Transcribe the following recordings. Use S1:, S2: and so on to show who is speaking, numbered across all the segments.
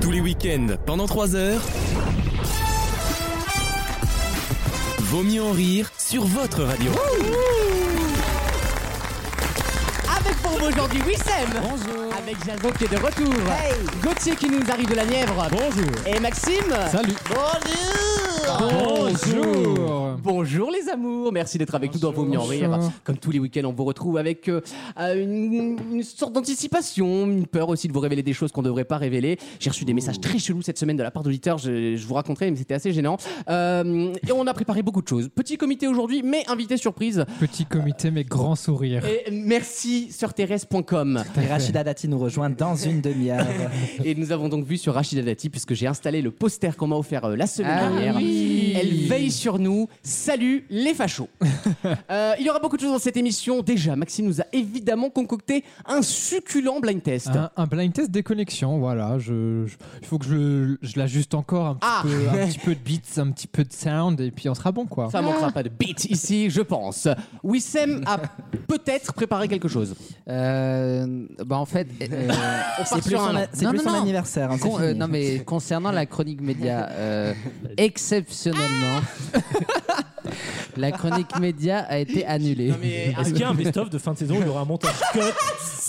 S1: Tous les week-ends, pendant 3 heures. Vaut mieux en rire sur votre radio.
S2: Avec pour vous aujourd'hui Wissem. Bonjour. Avec Jason qui est de retour. Gauthier qui nous arrive de la Nièvre. Bonjour. Et Maxime.
S3: Salut.
S2: Bonjour.
S3: Bonjour.
S2: Bonjour les amours, merci d'être avec nous dans Vaut mieux en rire.
S3: Bonjour.
S2: Comme tous les week-ends, on vous retrouve avec euh, euh, une, une sorte d'anticipation, une peur aussi de vous révéler des choses qu'on ne devrait pas révéler. J'ai reçu des messages très chelous cette semaine de la part d'auditeurs, je, je vous raconterai, mais c'était assez gênant. Euh, et on a préparé beaucoup de choses. Petit comité aujourd'hui, mais invité surprise.
S3: Petit comité mais grand sourire.
S2: Et merci surterresse.com.
S4: Et Rachida Dati nous rejoint dans une demi-heure.
S2: Et nous avons donc vu sur Rachida Dati, puisque j'ai installé le poster qu'on m'a offert euh, la semaine
S4: Ah
S2: dernière.
S3: oui.
S2: Elle veille sur nous. Salut les fachos. Euh, il y aura beaucoup de choses dans cette émission. Déjà, Maxime nous a évidemment concocté un succulent blind test.
S3: Un, Hein, un blind test déconnexion, voilà. Je, je- il faut que je, je l'ajuste encore un petit,
S2: Ah.
S3: peu, un petit peu de beats, un petit peu de sound, et puis on sera bon, quoi.
S2: Ça manquera pas de beat ici, je pense. Wissem a peut-être préparé quelque chose.
S5: Euh, bah en fait, euh,
S2: On
S4: C'est
S2: part
S4: plus
S2: sur
S4: son,
S2: un.
S4: a- c'est
S5: Non,
S4: plus
S5: non,
S4: son
S5: non.
S4: anniversaire. hein, c'est
S5: con- euh,
S4: fini.
S5: non mais concernant la chronique média, euh, exceptionnellement, la chronique média a été annulée. Non,
S2: Mais
S6: Est-ce qu'il Ah, y a un best-of de fin de saison où il y aura un montage cut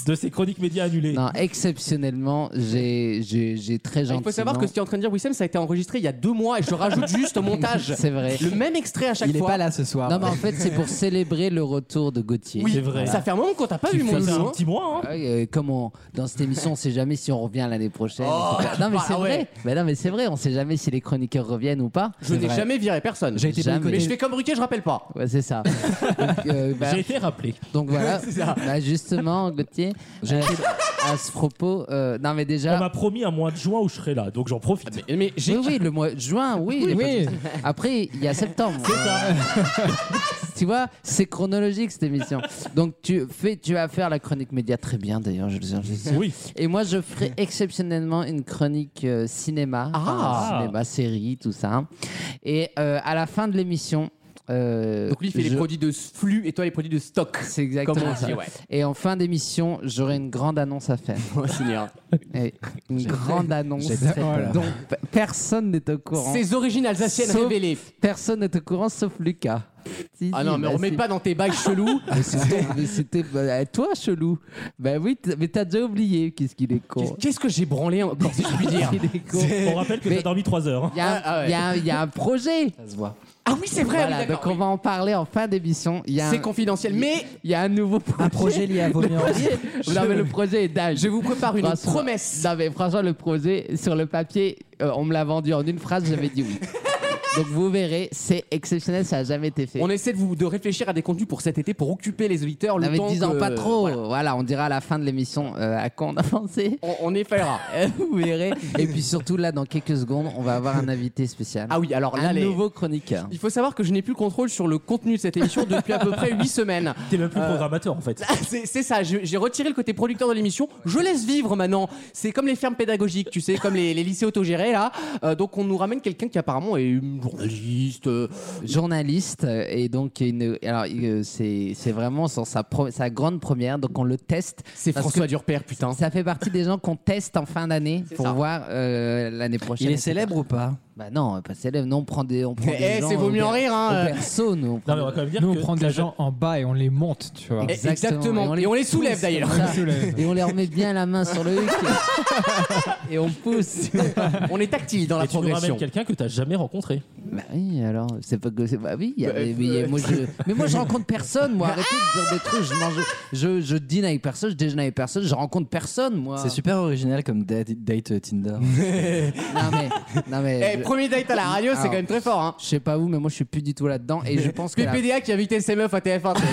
S6: de ces chroniques médias annulées
S5: exceptionnellement, j'ai, j'ai, j'ai très
S2: Ah, il
S5: gentiment.
S2: faut savoir que ce que tu es en train de dire, Wissem, ça a été enregistré il y a deux mois et je te rajoute juste au montage
S5: c'est vrai.
S2: le même extrait à chaque
S4: Il est
S2: fois.
S4: pas là ce soir.
S5: Non mais en fait, c'est pour célébrer le retour de Gauthier.
S2: Oui,
S6: C'est vrai.
S2: Ça fait un moment qu'on t'a pas vu, mon
S6: Ça fait
S2: Wissem,
S6: un
S2: hein.
S6: petit mois, hein
S5: Euh, comme on- dans cette émission, on sait jamais si on revient l'année prochaine.
S2: Oh,
S5: etc. non mais
S2: bah
S5: c'est
S2: ouais.
S5: vrai. Mais non mais c'est vrai, on sait jamais si les chroniqueurs reviennent ou pas.
S2: Je n'ai
S5: C'est vrai.
S2: jamais viré personne.
S4: J'ai été
S5: Jamais.
S2: Mais
S4: boycotté.
S2: je fais comme Ruquier, je rappelle pas.
S5: Ouais, c'est ça. Donc, euh, bah,
S6: J'ai été rappelé.
S5: Donc voilà,
S2: C'est ça.
S5: Bah, justement, Gauthier, euh, à ce propos, euh, non mais
S6: On
S5: déjà,
S6: m'a promis un mois de juin où je serai là, donc j'en profite.
S2: Mais, mais
S5: oui,
S2: j'ai.
S5: oui, le mois de juin, oui. il est
S3: oui.
S5: pas de souci. Après, il y a septembre. tu vois, c'est chronologique cette émission. Donc tu fais, tu vas faire la chronique média très bien d'ailleurs, je le sais. je le sais.
S6: Oui,
S5: Et moi, je ferai exceptionnellement une chronique euh, cinéma,
S2: Ah.
S5: Enfin, cinéma, série, tout ça. Et euh, à la fin de l'émission. euh,
S2: Donc lui, il fait les
S5: je-
S2: produits de flux et toi, les produits de stock.
S5: C'est
S2: Comme
S5: exactement
S2: on
S5: ça.
S2: dit, ouais.
S5: Et en fin d'émission, j'aurai une grande annonce à faire. Et une grande annonce
S3: j'ai très peur.
S5: dont pe- personne n'est au courant.
S2: Ses origines alsaciennes
S5: Sauf-
S2: révélées.
S5: Personne n'est au courant sauf Lucas. Si,
S2: Ah
S5: si,
S2: non, mais
S5: bah
S2: remets
S5: si.
S2: pas dans tes bails chelous.
S5: Mais c'était- mais c'était bah, toi, chelou. Bah oui, t- mais t'as déjà oublié qu'est-ce qu'il est con.
S2: Qu'est-ce que j'ai branlé encore, si je puis dire
S5: Il est con.
S6: on rappelle que
S5: Mais-
S6: t'as dormi 3 heures. hein.
S5: Il y, a, un-
S2: Ah ouais.
S5: il y a un- il y a un projet.
S2: Ah oui, c'est vrai,
S5: Voilà,
S2: oui,
S5: donc
S2: d'accord,
S5: on va en parler en fin d'émission. Il y
S2: oui.
S5: a
S2: C'est
S5: un-
S2: confidentiel. Mais
S5: il y a un nouveau projet.
S4: Un projet lié à vos miens.
S5: Non, mais le projet est dingue.
S2: je vous prépare une
S5: Franchement,
S2: promesse.
S5: Non mais franchement, le projet, sur le papier, euh, on me l'a vendu en une phrase, j'avais dit oui. Donc vous verrez, c'est exceptionnel, ça n'a jamais été fait.
S2: On essaie de, vous, de réfléchir à des contenus pour cet été pour occuper les auditeurs le
S5: avait
S2: temps
S5: 10 ans,
S2: que-
S5: pas trop.
S2: Voilà.
S5: Voilà. on dira à la fin de l'émission euh, à quoi on a pensé.
S2: On, on effeuillera.
S5: vous verrez. Et puis surtout, là, dans quelques secondes, on va avoir un invité spécial.
S2: Ah oui, alors là,
S5: un
S2: les-
S5: nouveau chroniqueur.
S2: il faut savoir que je n'ai plus le contrôle sur le contenu de cette émission depuis à peu près 8 semaines.
S6: T'es même plus programmateur en fait.
S2: Ah, C'est c'est ça, je- j'ai retiré le côté producteur de l'émission. Je laisse vivre maintenant. C'est comme les fermes pédagogiques, tu sais, comme les, les lycées autogérés là. Euh, donc on nous ramène quelqu'un qui apparemment est une journaliste. euh,
S5: Journaliste. euh, Et donc, une... alors, euh, c'est c'est vraiment son- sa, pro- sa grande première. Donc, on le teste.
S2: C'est
S5: Parce
S2: François
S5: que-
S2: Durper, putain.
S5: Ça fait partie des gens qu'on teste en fin d'année
S2: C'est
S5: pour
S2: ça.
S5: voir euh, l'année prochaine.
S4: Il est
S5: etc.
S4: célèbre ou pas
S5: Bah non, pas célèbre. Non, on prend des. On prend
S2: Eh,
S5: des gens
S2: c'est vaut
S5: au
S2: mieux en
S5: per-
S2: rire,
S5: au
S2: hein.
S5: perso, nous. On prend
S6: Non mais on va
S5: des-
S6: quand même dire
S3: Nous, on
S6: que
S3: prend des gens en bas et on les monte, tu vois.
S2: Eh, Exactement.
S5: Exactement.
S2: Et on les soulève d'ailleurs.
S3: On les soulève.
S5: Et on les remet bien la main sur le huc. et on pousse.
S2: On est tactile dans la
S6: et tu nous ramènes
S2: progression.
S6: quelqu'un que t'as jamais rencontré.
S5: Bah oui, alors, c'est pas que. c'est- Bah oui, il y a-
S2: Bah,
S5: mais il y a- moi, je, mais moi je rencontre personne, moi. Arrêtez de dire des trucs. Je, mange, je, je dîne avec personne, je déjeune avec personne, je rencontre personne, moi.
S4: C'est super original comme date, date, euh, Tinder.
S5: Non, mais. Non, mais
S2: Eh,
S5: je,
S2: premier date à la radio, c'est
S5: Alors,
S2: quand même très fort. Hein.
S5: je sais pas vous, mais moi je suis plus du tout là-dedans. Et je pense que. la-
S2: PPDA qui a invité ses meufs à TF1. t'sais.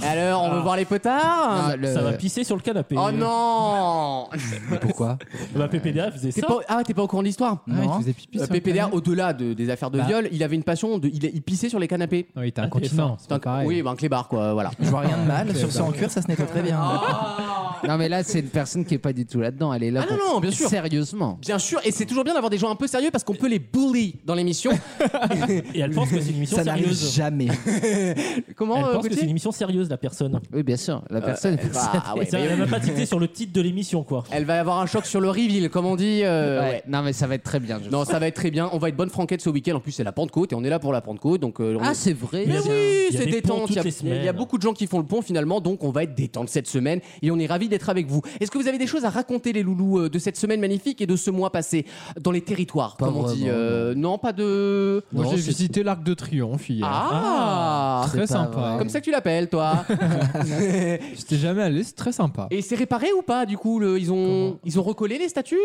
S2: Eh, Alors, on veut voir les potards
S5: non, Ah, le-
S6: Ça va pisser sur le canapé.
S2: Oh non
S4: Mais pourquoi
S6: Bah PPDA faisait
S2: T'es
S6: ça.
S2: pas- Ah, t'es pas au courant de l'histoire
S3: Ah, il
S4: Non.
S3: faisait pipi
S2: Euh,
S3: sur le
S2: PPDA,
S3: canapé.
S2: au-delà de- des affaires de
S3: Bah.
S2: viol, il avait une passion, de, il, il pissait sur les canapés.
S3: Non, il était
S6: Ah,
S3: un
S6: t'es
S3: continent. bah. C'est
S2: C'est un-
S3: pas pareil.
S2: Oui, ben clébard quoi, voilà.
S4: Je vois rien de mal. Sur ce en cuir, ça se nettoie très bien.
S5: non, mais là, c'est une personne qui est pas du tout là-dedans. Elle est là
S2: Ah
S5: pour.
S2: non, non, bien sûr.
S5: Sérieusement.
S2: Bien sûr, et c'est toujours bien d'avoir des gens un peu sérieux parce qu'on peut les bully dans l'émission.
S6: Et elle pense que c'est une émission
S4: Ça n'arrive
S6: sérieuse.
S4: jamais.
S2: Comment
S6: Elle
S2: euh,
S6: pense que
S2: Gauthier
S6: c'est une émission sérieuse la personne.
S2: Euh,
S5: Oui, bien sûr. La personne.
S2: Bah, ah ouais,
S6: Ça,
S2: mais- Eh,
S6: elle m'a pas tilté sur le titre de l'émission quoi.
S2: Elle va avoir un choc sur le reveal, comme on dit. euh, ouais.
S5: Non, mais ça va être très bien. je
S2: Non,
S5: le
S2: ça va être très bien. On va être bonne franquette ce week-end. En plus, c'est la Pentecôte et on est là pour la Pentecôte. Donc, euh,
S5: sens.
S2: on-
S5: Ah, c'est vrai.
S2: Mais
S6: Il y a
S5: ça.
S2: oui,
S6: il y a
S2: c'est
S6: des ponts
S2: détente.
S6: toutes
S2: Il y,
S6: les
S2: a,
S6: semaines.
S2: il y a beaucoup de gens qui font le pont finalement, donc on va être détente cette semaine et on est ravis d'être avec vous. Est-ce que vous avez des choses à raconter, les loulous, euh, de cette semaine magnifique et de ce mois passé dans les territoires,
S5: Pas
S2: comme on dit
S5: vraiment,
S2: euh, Non, pas de.
S3: Moi,
S5: Non,
S3: j'ai
S5: c'est-
S3: visité l'Arc de Triomphe hier.
S2: Ah,
S5: c'est
S3: très
S5: pas
S3: sympa.
S5: vrai.
S2: Comme ça que tu l'appelles, toi.
S3: J'étais jamais allé, c'est très sympa.
S2: et c'est réparé ou pas Du coup, le- ils ont ils ont recollé les statues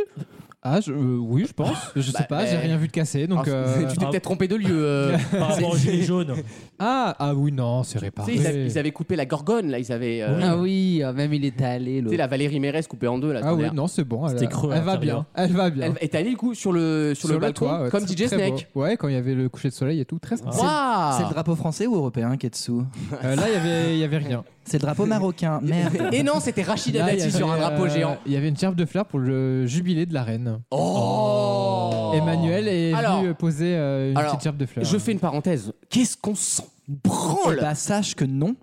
S3: Ah, je- euh, oui, je pense. Je
S2: Bah,
S3: sais pas, j'ai
S2: euh,
S3: rien vu de cassé. Donc,
S2: Ah,
S3: euh,
S2: Tu t'es
S6: ah.
S2: peut-être trompé de lieu. euh.
S6: Par rapport aux gilets jaunes.
S3: ah, ah oui, non, c'est
S2: Tu
S3: réparé.
S2: sais, ils, avaient, ils avaient coupé la gorgone là. Ils avaient. euh,
S5: Ah oui, ah, même il était allé.
S2: Tu
S5: l'autre.
S2: sais, la Valérie Mérès coupée en deux là.
S3: Ah
S2: attendez,
S3: oui,
S2: hein.
S3: non, c'est bon. Elle,
S6: C'était creux à
S3: elle va
S6: l'intérieur.
S3: bien. Elle va bien.
S2: Elle- Et t'as mis le coup sur le sur, le
S3: le
S2: balcon
S3: toit, ouais,
S2: comme
S3: très-
S2: DJ
S3: très
S2: Snake.
S3: beau. Ouais, quand il y avait le coucher de soleil et tout, très sympa.
S2: Waouh
S4: C'est le drapeau français ou européen qui est dessous
S3: Euh, là, il y avait- il y avait rien.
S4: C'est le drapeau marocain. Merde. Eh
S2: Et non, c'était Rachida
S3: Là, il y
S2: Dati
S3: avait,
S2: sur un drapeau
S3: euh,
S2: géant.
S3: Il y avait une gerbe de fleurs pour le jubilé de la reine.
S2: Oh
S3: Emmanuel est
S2: Alors-
S3: venu poser euh, une
S2: Alors,
S3: petite gerbe de fleurs.
S2: Je fais une parenthèse. Qu'est-ce qu'on s'en
S4: Eh
S2: branle
S4: bah, sache que non,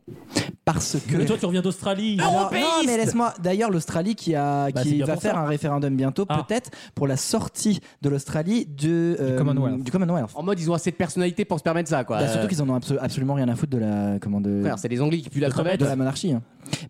S4: parce que.
S6: Mais toi, tu reviens d'Australie.
S4: Alors, non,
S2: Européiste
S4: mais laisse-moi. D'ailleurs, l'Australie qui, a,
S6: Bah, c'est
S4: qui
S6: bien
S4: va
S6: pour
S4: faire
S6: ça.
S4: un référendum bientôt,
S6: Ah.
S4: peut-être pour la sortie de l'Australie de, euh,
S3: Commonwealth.
S4: du Commonwealth.
S2: En mode, ils ont assez de personnalité pour se permettre ça, quoi.
S4: Bah, surtout qu'ils en ont absolu- absolument rien à foutre de la, comment de,
S2: Frère, c'est les Anglais qui puent la crevette.
S4: de la monarchie. hein.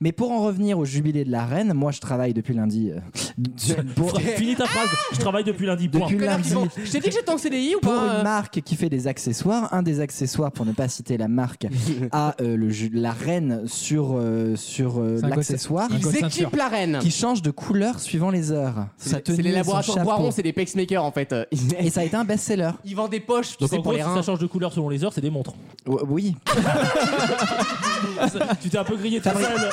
S4: Mais pour en revenir au jubilé de la reine, moi je travaille depuis lundi. euh, pour,
S6: Fra- Finis ta phrase. Je travaille depuis lundi. Point.
S4: depuis
S2: Connard,
S4: lundi.
S2: ils vont- Je t'ai dit que j'étais en CDI ou
S4: Pour
S2: pas
S4: une
S2: euh
S4: marque qui fait des accessoires, un des accessoires, pour ne pas citer la marque, a euh, le ju- la reine sur, euh, sur euh,
S3: C'est un
S4: l'accessoire
S3: gosse- un gosse
S2: Ils
S3: ceinture.
S2: équipent la reine.
S4: qui change de couleur suivant les heures. Sa
S2: C'est
S4: tenue
S2: c'est les
S4: et son
S2: laboratoires
S4: chapeau.
S2: Boiron, c'est des pacemakers en fait.
S4: Et ça a été un best-seller.
S2: Ils vendent des poches, tu
S6: Donc
S2: sais,
S6: en
S2: pour
S6: gros, si
S2: les reins.
S6: ça change de couleur selon les heures, c'est des montres.
S4: O- Oui,
S6: Ah, tu t'es un peu grillé tout seul.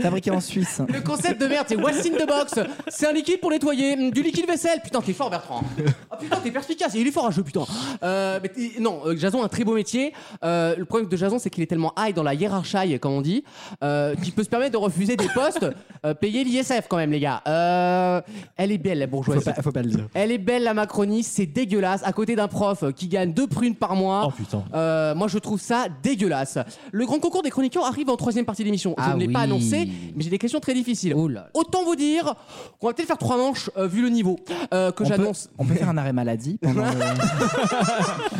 S4: fabriqué en Suisse.
S2: Le concept de merde, c'est what's in the box C'est un liquide pour nettoyer, hum, du liquide vaisselle. Putain, t'es fort, Bertrand. Ah putain, t'es perspicace, il est fort à jeu, putain. Euh, mais t'es- non, euh, Jason a un très beau métier. Euh, le problème de Jason, c'est qu'il est tellement high dans la hiérarchie, comme on dit, euh, qu'il peut se permettre de refuser des postes euh, payés l'ISF quand même, les gars. Euh, elle est belle, la
S4: Faut
S2: bourgeoisie.
S4: pas, faut pas le dire.
S2: Elle est belle, la Macronie, c'est dégueulasse. À côté d'un prof euh, qui gagne deux prunes par mois.
S6: Oh putain.
S2: Euh, moi, je trouve ça dégueulasse. Le grand concours des chroniqueurs arrive en troisième partie de l'émission. Je
S5: Ah
S2: ne l'ai pas
S5: oui.
S2: annoncé, mais j'ai des questions très difficiles.
S5: Oh là là.
S2: Autant vous dire qu'on va peut-être faire trois manches euh, vu le niveau euh, que
S4: On peut,
S2: j'annonce.
S4: on peut faire un arrêt maladie pendant euh, le-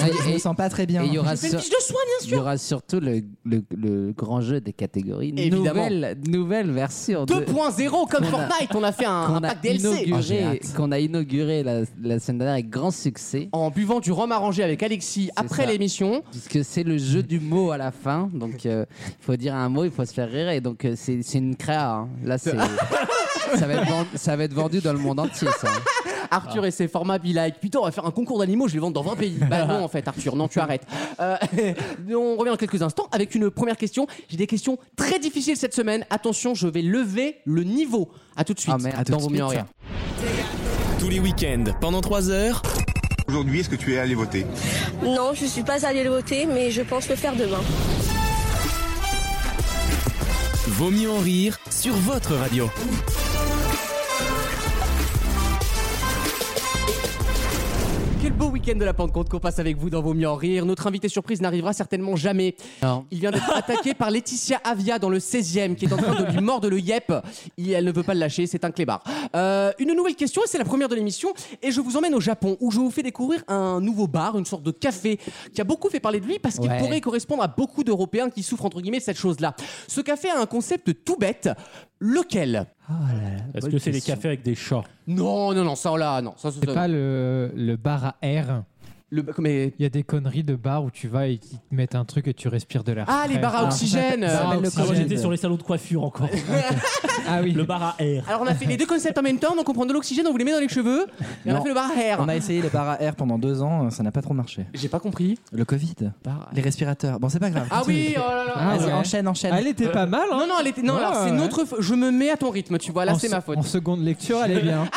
S5: Ah,
S4: Je
S5: et-
S4: me sens pas très bien.
S5: et il y aura
S2: Je fais une
S5: sur-
S2: fiche de soins, bien
S5: Il y aura surtout le, le- le grand jeu des catégories.
S2: Évidemment.
S5: Nouvelle, nouvelle version de-
S2: sûr. 2.0 comme
S5: qu'on a-
S2: Fortnite, on a fait un, un
S5: qu'on a,
S2: pack DLC.
S4: Oh, j'ai
S5: inauguré,
S4: hâte.
S5: qu'on a inauguré la, la semaine dernière avec grand succès.
S2: En buvant du rhum arrangé avec Alexis après
S5: ça.
S2: l'émission.
S5: Puisque c'est le jeu du mot à la fin, donc euh, il faut dire un mot, il faut se faire rire, et donc euh, c'est c'est une créa. hein. Là, c'est ça, va être vend- ça va être vendu dans le monde entier. Ça. hein.
S2: Arthur et ses formats be like, putain, on va faire un concours d'animaux, je vais vendre dans 20 pays. Bah non, en fait, Arthur, non, tu arrêtes. Euh, on revient dans quelques instants avec une première question. J'ai des questions très difficiles cette semaine. Attention, je vais lever le niveau. À tout de suite.
S5: Ah, merde.
S2: À tout
S5: Dans
S2: de
S5: Vaut
S2: suite.
S5: mieux en rire.
S1: Tous les week-ends, pendant 3 heures,
S7: Aujourd'hui, est-ce que tu es allé voter
S8: Non, je suis pas allée le voter, mais je pense le faire demain.
S1: Vaut mieux en rire sur votre radio.
S2: Quel beau week-end de la Pentecôte qu'on passe avec vous dans Vos Mieux en Rire. Notre invité surprise n'arrivera certainement jamais.
S5: Non.
S2: Il vient d'être attaqué par Laetitia Avia dans le 16e, qui est en train de lui mordre le yep. Il- elle ne veut pas le lâcher, c'est un clébard. Euh, une nouvelle question, et c'est la première de l'émission. Et je vous emmène au Japon, où je vous fais découvrir un nouveau bar, une sorte de café, qui a beaucoup fait parler de lui parce qu'il
S5: Ouais.
S2: pourrait correspondre à beaucoup d'Européens qui souffrent, entre guillemets, de cette chose-là. Ce café a un concept tout bête. Lequel
S6: Est-ce
S5: Bonne
S6: que c'est des
S5: question.
S6: cafés avec des chats
S2: Non, non, non, ça, là, non. Ça, ça,
S3: C'est
S2: ça-
S3: pas le, le bar à air.
S2: le- mais-
S3: Il y a des conneries de bar où tu vas et ils te mettent un truc et tu respires de l'air.
S2: Ah, les
S3: frais.
S2: bars à oxygène
S3: ça
S2: euh,
S3: s'appelle
S4: le
S6: Ah, moi
S4: Oxygène.
S6: j'étais sur les salons de coiffure encore.
S3: Ah oui.
S6: Le bar à air.
S2: Alors on a fait les deux concepts en même temps, donc on prend de l'oxygène, on vous les met dans les cheveux, et on a
S4: Non.
S2: fait le bar à air.
S4: On a essayé les bar à air pendant deux ans, ça n'a pas trop marché.
S2: J'ai pas compris.
S4: Le Covid, les respirateurs. Bon, c'est pas grave.
S2: Ah oui, oh là là.
S3: Ah
S4: Vas-y,
S3: ouais.
S4: enchaîne, enchaîne.
S3: Ah, elle était pas mal. Hein.
S2: Non, non, elle était... non
S3: Ouais,
S2: alors c'est
S3: ouais.
S2: notre... fa- Je me mets à ton rythme, tu vois, là
S3: En
S2: c'est
S3: se-
S2: ma faute. Ah,
S3: En seconde lecture, elle est bien.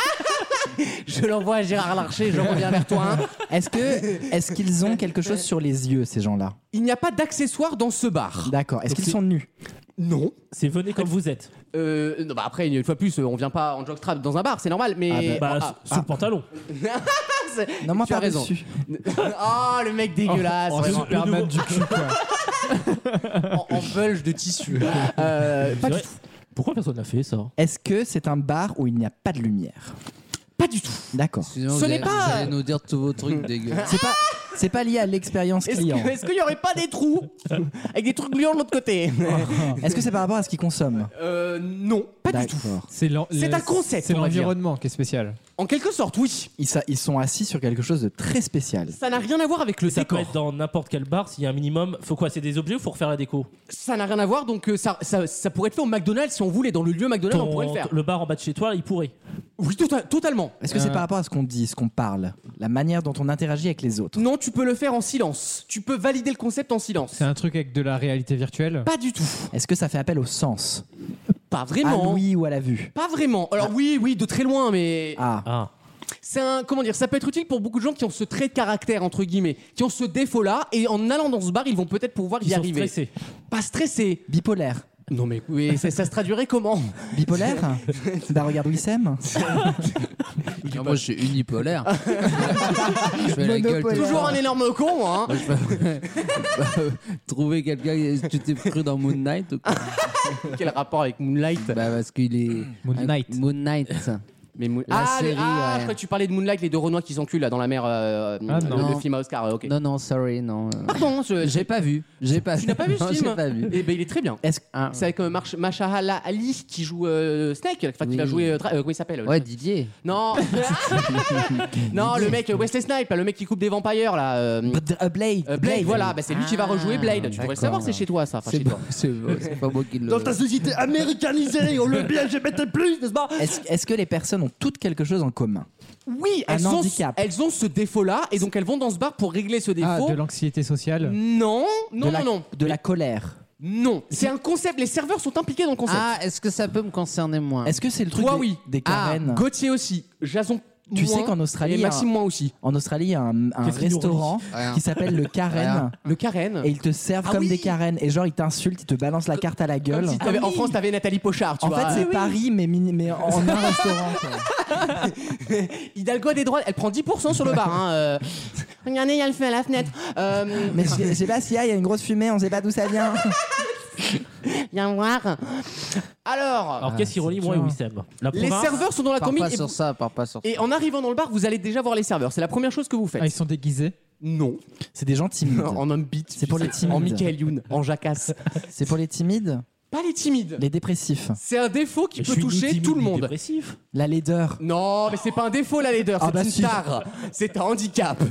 S2: Je l'envoie à Gérard Larcher, je reviens vers toi. hein.
S4: Est-ce que est-ce qu'ils ont quelque chose sur les yeux ces gens-là
S2: Il n'y a pas d'accessoires dans ce bar.
S4: D'accord. Est-ce qu'ils sont nus
S2: Non.
S6: C'est venez comme vous êtes.
S2: Euh, non, bah après, une fois plus, euh, on vient pas en jockstrap dans un bar, c'est normal, mais...
S6: Bah,
S2: Ah,
S6: sous le pantalon.
S4: Non, moi
S2: tu as
S4: pas
S2: raison.
S4: dessus.
S2: Ah, le mec dégueulasse,
S3: En
S2: vraiment.
S3: Superman du cul, quoi.
S2: oh. en, en bulge de tissu. Euh, pas
S6: C'est
S2: du
S6: vrai,
S2: tout.
S6: Pourquoi personne n'a fait ça
S4: Est-ce que c'est un bar où il n'y a pas de lumière
S2: Pas du tout.
S4: D'accord.
S5: Excusez-moi,
S2: Ce
S5: vous
S2: n'est
S5: allez-
S2: pas-
S5: Vous allez nous dire tous vos trucs dégueux.
S4: C'est pas, c'est pas lié à l'expérience
S2: Est-ce
S4: client.
S2: que- est-ce qu'il n'y aurait pas des trous avec des trucs gluants de l'autre côté
S4: Est-ce que c'est par rapport à ce qu'il consomme
S2: Euh, Non, pas du tout.
S4: D'accord.
S3: C'est l'en-
S2: C'est
S3: le-
S2: un concept,
S3: C'est
S2: on va dire.
S3: l'environnement qui est spécial.
S2: En quelque sorte, oui.
S4: Ils, sa- ils sont assis sur quelque chose de très spécial.
S2: Ça n'a rien à voir avec le
S6: Ça peut
S2: décor.
S6: être dans n'importe quel bar s'il y a un minimum. Faut quoi C'est des objets ou faut refaire la déco
S2: Ça n'a rien à voir, donc euh, ça, ça, ça pourrait être fait au McDonald's si on voulait. Dans le lieu McDonald's, on
S6: Ton-
S2: pourrait le faire.
S6: Le bar en bas de chez toi, il pourrait.
S2: Oui, tota- totalement.
S4: Est-ce que c'est par rapport à ce qu'on dit, ce qu'on parle, la manière dont on interagit avec les autres
S2: Non, tu peux le faire en silence. Tu peux valider le concept en silence.
S3: C'est un truc avec de la réalité virtuelle.
S2: Pas du tout.
S4: Est-ce que ça fait appel au sens
S2: Pas
S4: À
S2: vraiment.
S4: l'ouïe ou à la vue
S2: Pas vraiment. Alors oui, oui, de très loin, mais
S4: Ah,
S6: Ah.
S2: c'est un comment dire, ça peut être utile pour beaucoup de gens qui ont ce trait de caractère entre guillemets, qui ont ce défaut là, et en allant dans ce bar, ils vont peut-être pouvoir y
S6: Ils sont
S2: arriver.
S6: stressés.
S2: Pas stressé.
S4: bipolaire.
S2: Non mais oui, ça, ça se traduirait comment
S4: Bipolaire Bah regarde Wissem.
S5: Non, moi, je suis unipolaire. je fais la gueule. tout le
S2: Toujours
S5: temps.
S2: un énorme con, hein.
S5: Moi, je peux- Trouver quelqu'un, tu t'es cru dans Moon Knight ou quoi
S2: Quel rapport avec Moonlight
S5: Bah parce qu'il est
S3: Moon
S6: Ah,
S3: Knight.
S5: Moon Knight.
S2: mais Moon-
S5: La
S2: Ah, mais-
S5: série,
S2: ah,
S5: ouais.
S2: je crois que tu parlais de Moonlight, les deux Renois qui s'enculent là dans la mer, euh, le-
S5: non.
S2: le film à Oscar. euh, Ok.
S5: Non non, sorry, non.
S2: Pardon, je-
S5: J'ai pas vu. J'ai pas.
S2: Tu n'as pas vu ce
S5: Non,
S2: film
S5: J'ai pas vu.
S2: Eh ben il est très bien.
S5: Est-ce ah,
S2: C'est avec euh, Marsh- Mahershala Ali qui joue euh, Snake, enfin qui
S5: Oui.
S2: va jouer. euh, tra- euh, comment il s'appelle
S5: Ah. Ouais, Didier.
S2: Non, non, le mec euh, Wesley Snipe, là, le mec qui coupe des vampires là. euh, euh,
S4: Bd- euh, Blade.
S2: Blade, voilà, bah, c'est lui qui va
S5: Ah,
S2: rejouer Blade. Tu devrais le
S5: d'accord.
S2: savoir, c'est chez toi ça. Enfin,
S5: C'est
S2: chez
S5: pas,
S2: toi.
S5: c'est c'est pas moi qui le.
S2: société américanisée, on le LGBT plus, n'est-ce pas
S4: Est-ce est-ce que les personnes ont toutes quelque chose en commun
S2: Oui,
S4: Un
S2: elles ont,
S4: handicap.
S2: elles ont ce défaut-là, et donc elles vont dans ce bar pour régler ce
S3: Ah,
S2: défaut.
S3: de l'anxiété sociale.
S2: non, non,
S4: de la,
S2: non, non,
S4: De la colère.
S2: non. C'est un concept. Les serveurs sont impliqués dans le concept.
S5: Ah, est-ce que ça peut me concerner moi
S4: Est-ce que c'est le truc
S2: Ah. Toi,
S4: des,
S2: oui.
S4: des
S5: Ah,
S4: Karen
S2: Gauthier aussi, Jason.
S4: Tu
S2: moins,
S4: sais qu'en hein. Australie,
S2: et
S4: il y a un-
S2: Maxime moins aussi.
S4: En Australie, il y a un, un
S6: Qu'est-ce qu'il nous
S4: restaurant
S5: Rien.
S4: qui s'appelle le Karen.
S5: Rien.
S2: Le Karen.
S4: Et ils te servent
S2: Ah
S4: comme
S2: oui.
S4: des Karen. Et genre, ils t'insultent, ils te balancent la carte à la
S2: Comme
S4: gueule. Ah
S2: si t'avais- En France, t'avais Nathalie Pochard, tu
S4: en
S2: vois. Ah
S4: fait, c'est Paris, mais, mini- mais en un restaurant. quoi.
S2: Euh, Hidalgo a des droits, elle prend 10% sur le bar. Hein, euh. Regardez, il y a le feu à la fenêtre. Euh,
S4: Mais je je sais pas s'il y a, il y a une grosse fumée, on sait pas d'où ça vient.
S2: viens voir. Alors,
S6: Alors qu'est-ce qui relie moi et Wissem La
S2: les
S6: province
S2: serveurs sont dans la
S5: Pars
S2: commune.
S5: pas
S2: et-
S5: sur ça, pars pas sur.
S2: Et, en arrivant dans le bar, vous allez déjà voir les serveurs. C'est la première chose que vous faites.
S3: Ah, ils sont déguisés.
S2: Non.
S4: C'est des gens timides.
S2: en homme beat.
S4: C'est pour les timides.
S2: En Michael Youn, en jacasse.
S4: C'est pour les timides,
S2: Pas les timides.
S4: les dépressifs,
S2: C'est un défaut qui
S6: Mais je
S2: peut
S6: suis ni
S2: toucher
S6: timide,
S2: tout le
S6: ni
S2: monde.
S6: Dépressif.
S4: la laideur.
S2: Non, mais c'est pas un défaut la laideur,
S4: Ah
S2: c'est
S4: bah
S2: une
S4: si.
S2: tare. C'est un handicap.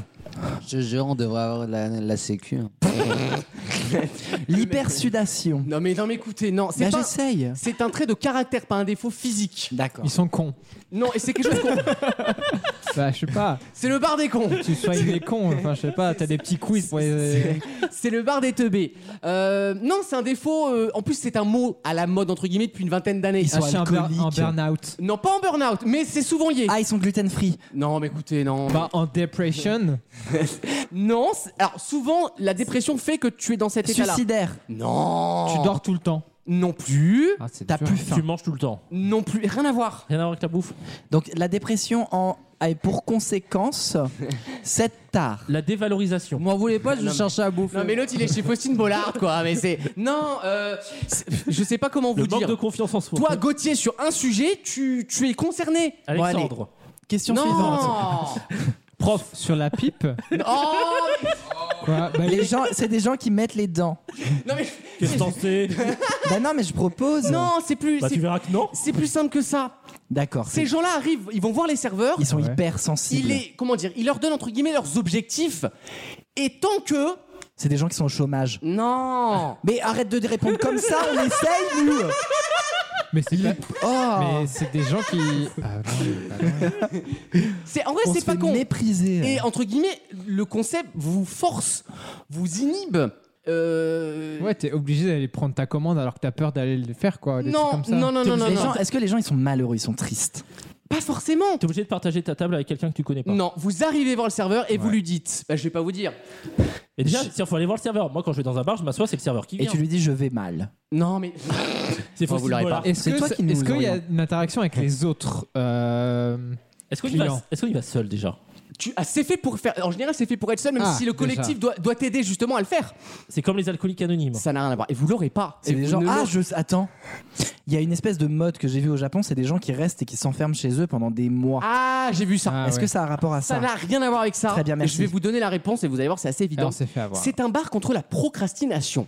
S5: Je te jure, on devrait avoir la, la sécu. hein.
S4: L'hypersudation.
S2: Non mais non mais écoutez, non, c'est
S4: Bah,
S2: pas
S4: j'essaye.
S2: c'est un trait de caractère, pas un défaut physique.
S4: D'accord.
S3: Ils sont cons.
S2: Non, et c'est quelque chose qu'on
S3: Bah, je sais pas.
S2: c'est le bar des cons.
S3: Tu sois les cons. Enfin, je sais pas. T'as des petits quiz euh, pour les.
S2: Euh, C'est le bar des teubés. Euh, non, c'est un défaut. euh, en plus, c'est un mot à la mode, entre guillemets, depuis une vingtaine d'années. Euh,
S4: Ils sont
S3: Ah, je suis un bur- en
S4: alcooliques.
S3: burn-out.
S2: Non, pas en burn-out, mais c'est souvent lié.
S4: Ah, ils sont gluten-free.
S2: Non, mais écoutez, non.
S3: Bah, en depression.
S2: Non, c'est- alors souvent, la dépression fait que tu es dans cet état-là.
S4: Suicidaires.
S2: Non.
S3: Tu dors tout le temps.
S2: Non plus.
S5: Ah, c'est
S4: T'as
S5: dur.
S4: plus faim.
S6: Tu manges tout le temps.
S2: Non plus. Rien à voir.
S6: Rien à voir avec la bouffe.
S4: Donc la dépression en a pour conséquence cette tare.
S6: La dévalorisation.
S5: Vous m'en voulez pas, je cherchais à bouffer.
S2: Non, mais l'autre, il est chez Faustine Bollard, quoi. Mais c'est. Non, euh, c'est- je sais pas comment
S6: Le
S2: vous
S6: manque
S2: dire.
S6: de confiance en soi.
S2: Toi, Gauthier, sur un sujet, tu, tu es concerné.
S6: Alexandre,
S4: Question suivante.
S2: Non.
S3: Prof. Sur la pipe.
S2: Oh,
S3: Quoi Bah,
S4: Les gens, c'est des gens qui mettent les dents.
S2: non mais
S6: qu'est-ce que t'en sais
S4: Bah non, mais je propose.
S2: non, c'est plus.
S6: Bah
S2: c'est-
S6: tu verras que non.
S2: C'est plus simple que ça.
S4: D'accord.
S2: Ces gens-là arrivent, ils vont voir les serveurs.
S4: Ils sont
S3: Ouais.
S4: hyper sensibles.
S2: Il est, comment dire, il leur donne entre guillemets leurs objectifs. Et tant que
S4: C'est des gens qui sont au chômage.
S2: non,
S4: Mais arrête de répondre comme ça, on essaye, nous
S3: Mais c'est pas-
S4: Oh
S3: Mais c'est des gens qui. Ah,
S2: c'est en vrai
S4: On
S2: c'est
S4: se
S2: pas
S4: fait
S2: con.
S4: mépriser.
S2: Et
S3: oh,
S2: entre guillemets, le concept vous force, vous inhibe. Euh,
S3: Ouais, t'es obligé d'aller prendre ta commande alors que t'as peur d'aller le faire, quoi. des trucs
S2: non,
S3: comme ça.
S2: non, non, non, non,
S4: Les
S2: non.
S4: gens- Est-ce que les gens ils sont malheureux, ils sont tristes
S2: pas forcément.
S6: T'es obligé de partager ta table avec quelqu'un que tu connais pas.
S2: Non, vous arrivez voir le serveur et vous lui dites. Bah, je vais pas vous dire.
S6: Et déjà, il faut aller voir le serveur. Moi, quand je vais dans un bar, je m'assois, c'est le serveur qui
S4: Et
S6: vient.
S4: tu lui dis je vais mal.
S2: Non, mais
S6: C'est
S2: Oh, vous
S6: Faustine
S2: l'aurez
S6: Bollard.
S2: pas.
S3: Est-ce
S4: C'est
S3: que
S4: toi
S3: ça-
S4: qui nous
S3: est-ce qu'il y a
S4: l'oriente.
S3: une interaction avec les autres euh,
S6: Est-ce qu'on y va
S3: Client.
S6: Est-ce qu'on y va seul déjà
S2: tu ah, c'est fait pour faire en général c'est fait pour être seul même
S3: Ah,
S2: si le collectif doit doit t'aider justement à le faire
S6: C'est comme les alcooliques anonymes.
S2: ça n'a rien à voir et vous l'aurez pas
S4: C'est
S2: Et
S4: des
S2: vous
S4: gens.
S2: ne
S4: Ah,
S2: l'aurez-
S4: je. Attends. Il y a une espèce de mode que j'ai vu au Japon, c'est des gens qui restent et qui s'enferment chez eux pendant des mois.
S2: ah j'ai vu ça
S3: Ah,
S4: Est-ce
S3: ouais.
S4: que ça a un rapport à
S2: ça
S4: ça,
S2: n'a rien à voir avec ça
S4: Très bien,
S2: Et
S4: merci.
S2: je vais vous donner la réponse et vous allez voir c'est assez évident
S3: Alors, c'est fait avoir.
S2: C'est un bar contre la procrastination.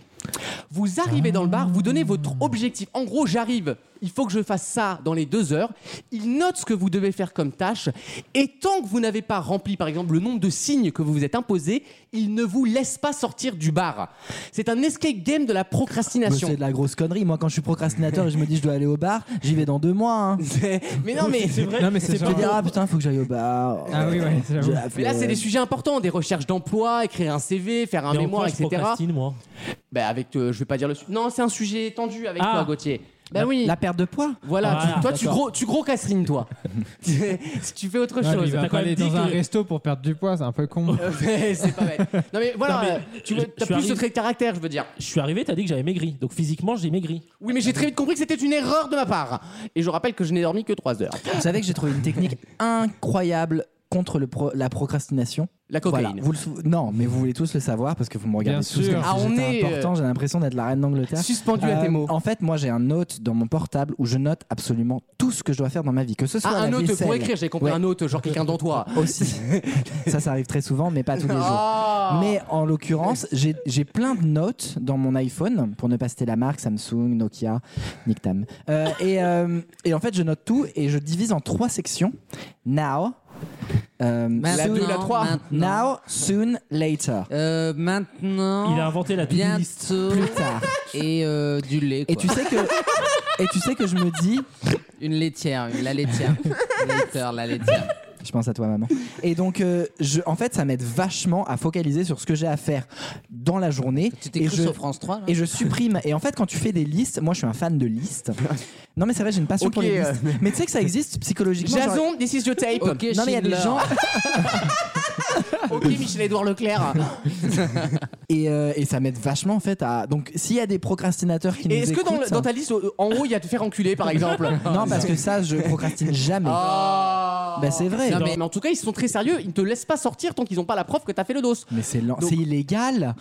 S2: Vous arrivez dans le bar, vous donnez votre objectif. En gros, j'arrive, il faut que je fasse ça dans les deux heures. Il note ce que vous devez faire comme tâche. Et tant que vous n'avez pas rempli, par exemple, le nombre de signes que vous vous êtes imposé, il ne vous laisse pas sortir du bar. C'est un escape game de la
S4: Mais
S2: procrastination.
S4: C'est
S6: Bah,
S4: de la grosse connerie. Moi, quand je suis procrastinateur et je me dis je dois aller au bar, j'y vais dans deux mois. hein.
S2: mais non, mais.
S6: C'est vrai.
S3: Non, mais c'est
S4: Je
S3: genre.
S4: vais dire ah putain, faut que j'aille au bar.
S3: Ah oui, ouais,
S4: Je
S3: j'avoue.
S4: la
S2: Mais là, c'est
S4: flemme.
S2: des sujets importants, des recherches d'emploi, écrire un CV, faire un
S6: euh, Mais en
S2: mémoire,
S6: quoi je
S2: etc.
S6: procrastine, moi.
S2: Ben avec, euh, je vais pas dire le. su- Non, c'est un sujet tendu avec
S6: Ah.
S2: toi, Gauthier. Ben oui.
S4: La perte de poids.
S2: Voilà,
S6: Voilà,
S2: tu- toi tu
S6: d'accord.
S2: gros, tu gros casserine, toi. si tu fais autre
S3: Ouais, mais
S2: chose.
S3: il va
S6: T'as
S3: pas
S6: quand même
S3: aller
S6: dit
S3: dans un
S6: que-
S3: resto pour perdre du poids, c'est un peu con.
S2: Euh, mais c'est pas vrai. Non mais voilà,
S6: Non,
S2: euh,
S6: mais
S2: tu
S6: je-
S2: as
S6: je
S2: plus de
S6: arrive-
S2: traits de caractère, je veux dire.
S6: Je suis arrivé, t'as dit que j'avais maigri. Donc physiquement, j'ai maigri.
S2: Oui, mais j'ai très vite compris que c'était une erreur de ma part. Et je rappelle que je n'ai dormi que 3 heures.
S4: Vous savez que j'ai trouvé une technique incroyable contre le pro- la procrastination.
S2: La cocaïne.
S4: Voilà, vous le sou- non, mais vous voulez tous le savoir parce que vous me regardez
S3: Bien
S4: tous
S3: sûr.
S4: comme si
S2: Ah, on
S4: j'étais
S2: est,
S4: important. J'ai l'impression d'être la reine d'Angleterre.
S2: Suspendu à
S4: Euh,
S2: tes mots.
S4: En fait, moi, j'ai un note dans mon portable où je note absolument tout ce que je dois faire dans ma vie, que ce soit
S2: Ah,
S4: la
S2: un autre
S4: vaisselle
S2: pour écrire, j'ai compris
S4: Ouais.
S2: un autre, genre quelqu'un dans toi.
S4: aussi. ça, ça arrive très souvent, mais pas tous les jours.
S2: Ah.
S4: Mais en l'occurrence, j'ai j'ai plein de notes dans mon iPhone, pour ne pas citer la marque, Samsung, Nokia, Nick Tam. Euh, et, euh, et en fait, je note tout et je divise en trois sections. Now, euh,
S5: Maintenant,
S4: soon,
S2: trois.
S5: Maintenant.
S4: now, soon, later.
S5: Euh, maintenant.
S6: Il a inventé la to-do list.
S5: bientôt.
S4: Plus tard.
S5: Et euh, du lait.
S4: Et
S5: quoi.
S4: tu sais que, et tu sais que je me dis,
S5: Une laitière, une- la laitière. Later, la laitière.
S4: Je pense à toi, maman. Et donc, euh, je, en fait, ça m'aide vachement à focaliser sur ce que j'ai à faire dans la journée.
S5: Tu t'es
S4: et
S5: cru
S4: je,
S5: sur France 3 là
S4: et je supprime. Et en fait, quand tu fais des listes, moi, je suis un fan de listes. Non, mais c'est vrai, j'ai une passion pour
S2: Ok,
S4: les
S2: euh,
S4: listes. Mais tu sais que ça existe psychologiquement. genre-
S2: Jason, this is your tape.
S5: Ok,
S4: Non, mais il y a des
S5: Schindler.
S4: gens.
S2: Ok, Michel-Édouard Leclerc.
S4: Et, euh, et ça m'aide vachement, en fait, à. Donc, s'il y a des procrastinateurs qui nous hein.
S2: Et est-ce que dans,
S4: écoutent,
S2: dans ta liste, euh, en haut, il y a te faire enculer par exemple
S4: Non, parce que ça, je procrastine jamais.
S2: Ah.
S4: Bah, c'est vrai.
S2: Non, mais, mais en tout cas, ils sont très sérieux. Ils ne te laissent pas sortir tant qu'ils n'ont pas la preuve que t'as fait le dos.
S4: Mais c'est lent-
S2: Donc- Ah,
S4: c'est illégal.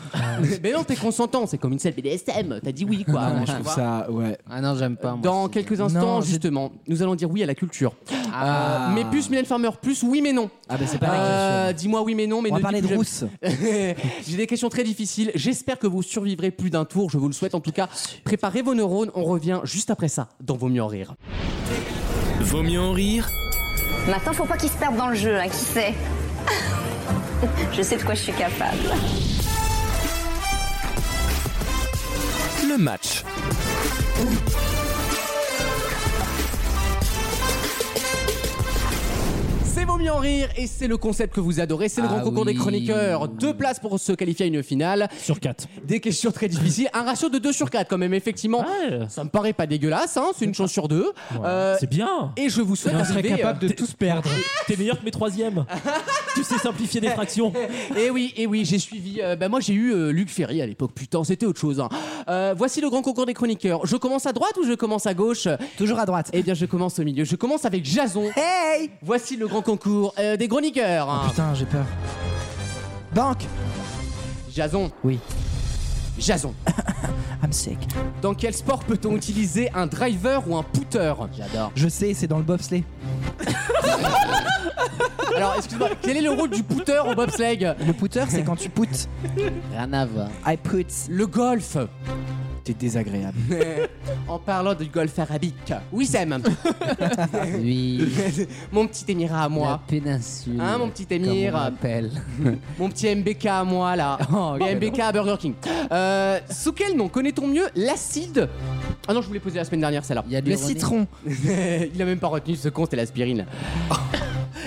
S2: Mais non, t'es consentant. C'est comme une selle BDSM. T'as dit oui, quoi. Tu
S4: Non, Ah, je trouve
S2: vois.
S4: ça, ouais.
S5: Ah non, j'aime pas. moi,
S2: Dans
S5: c'est-
S2: quelques instants,
S4: Non, j'ai-
S2: justement, nous allons dire oui à la culture.
S4: Ah.
S2: Euh, mais plus Mylène Farmer, plus oui mais non.
S4: Ah, bah, c'est pas la
S2: Euh,
S4: question.
S2: Dis-moi oui mais non, mais
S4: On va
S2: ne
S4: parler
S2: dis
S4: de rousse.
S2: jamais- J'ai des questions très difficiles. J'espère que vous survivrez plus d'un tour. Je vous le souhaite en tout cas. Préparez vos neurones. On revient juste après ça dans Vaut mieux en rire.
S1: Vaut mieux en rire
S9: Maintenant, faut pas qu'ils se perdent dans le jeu, hein, qui sait Je sais de quoi je suis capable.
S1: le match.
S2: C'est Vaut mieux en rire et c'est le concept que vous adorez. C'est le
S5: Ah
S2: grand concours des
S5: oui.
S2: chroniqueurs. Deux places pour se qualifier à une finale.
S6: Sur 4.
S2: Des questions très difficiles. Un ratio de 2 sur 4 quand même, effectivement. Ça me paraît pas dégueulasse, hein, c'est une chance sur deux. Euh,
S6: c'est bien.
S2: et je vous souhaite
S3: On serait
S2: d'arriver, euh,
S3: capable de tous perdre.
S6: T'es meilleur que mes troisièmes. tu sais simplifier des fractions.
S2: Et eh oui, et oui, j'ai suivi. euh, bah moi, j'ai eu euh, Luc Ferry à l'époque. Putain, c'était autre chose. hein. Euh, voici le grand concours des chroniqueurs. Je commence à droite ou je commence à gauche
S4: Toujours à droite.
S2: Eh bien, je commence au milieu. Je commence avec Jason.
S4: Hey!
S2: Voici le grand concours euh, des chroniqueurs. hein.
S4: Oh, Putain, j'ai peur. Banque!
S2: Jason.
S4: Oui.
S2: Jason.
S4: I'm sick.
S2: Dans quel sport peut-on utiliser un driver ou un putter J'adore.
S4: Je sais, c'est dans le bobsleigh.
S2: Alors, excuse-moi, quel est le rôle du putter au bobsleigh
S4: Le putter, c'est quand tu putes.
S5: Rien à voir.
S4: I put.
S2: Le golf.
S4: T'es désagréable.
S2: En parlant du golf arabique, oui Sam,
S5: Oui.
S2: mon petit émirat à
S5: La
S2: moi,
S5: péninsule.
S2: Hein, mon petit
S5: comme on
S2: émir.
S5: l'appelle.
S2: mon petit MBK à moi là,
S5: Oh,
S2: Mais MBK à Burger King. Euh, sous quel nom connaît-on mieux l'acide Ah non, je voulais poser la semaine dernière celle-là.
S5: Il y a du
S4: Le
S5: René.
S4: citron.
S2: Il a même pas retenu ce con, c'était l'aspirine.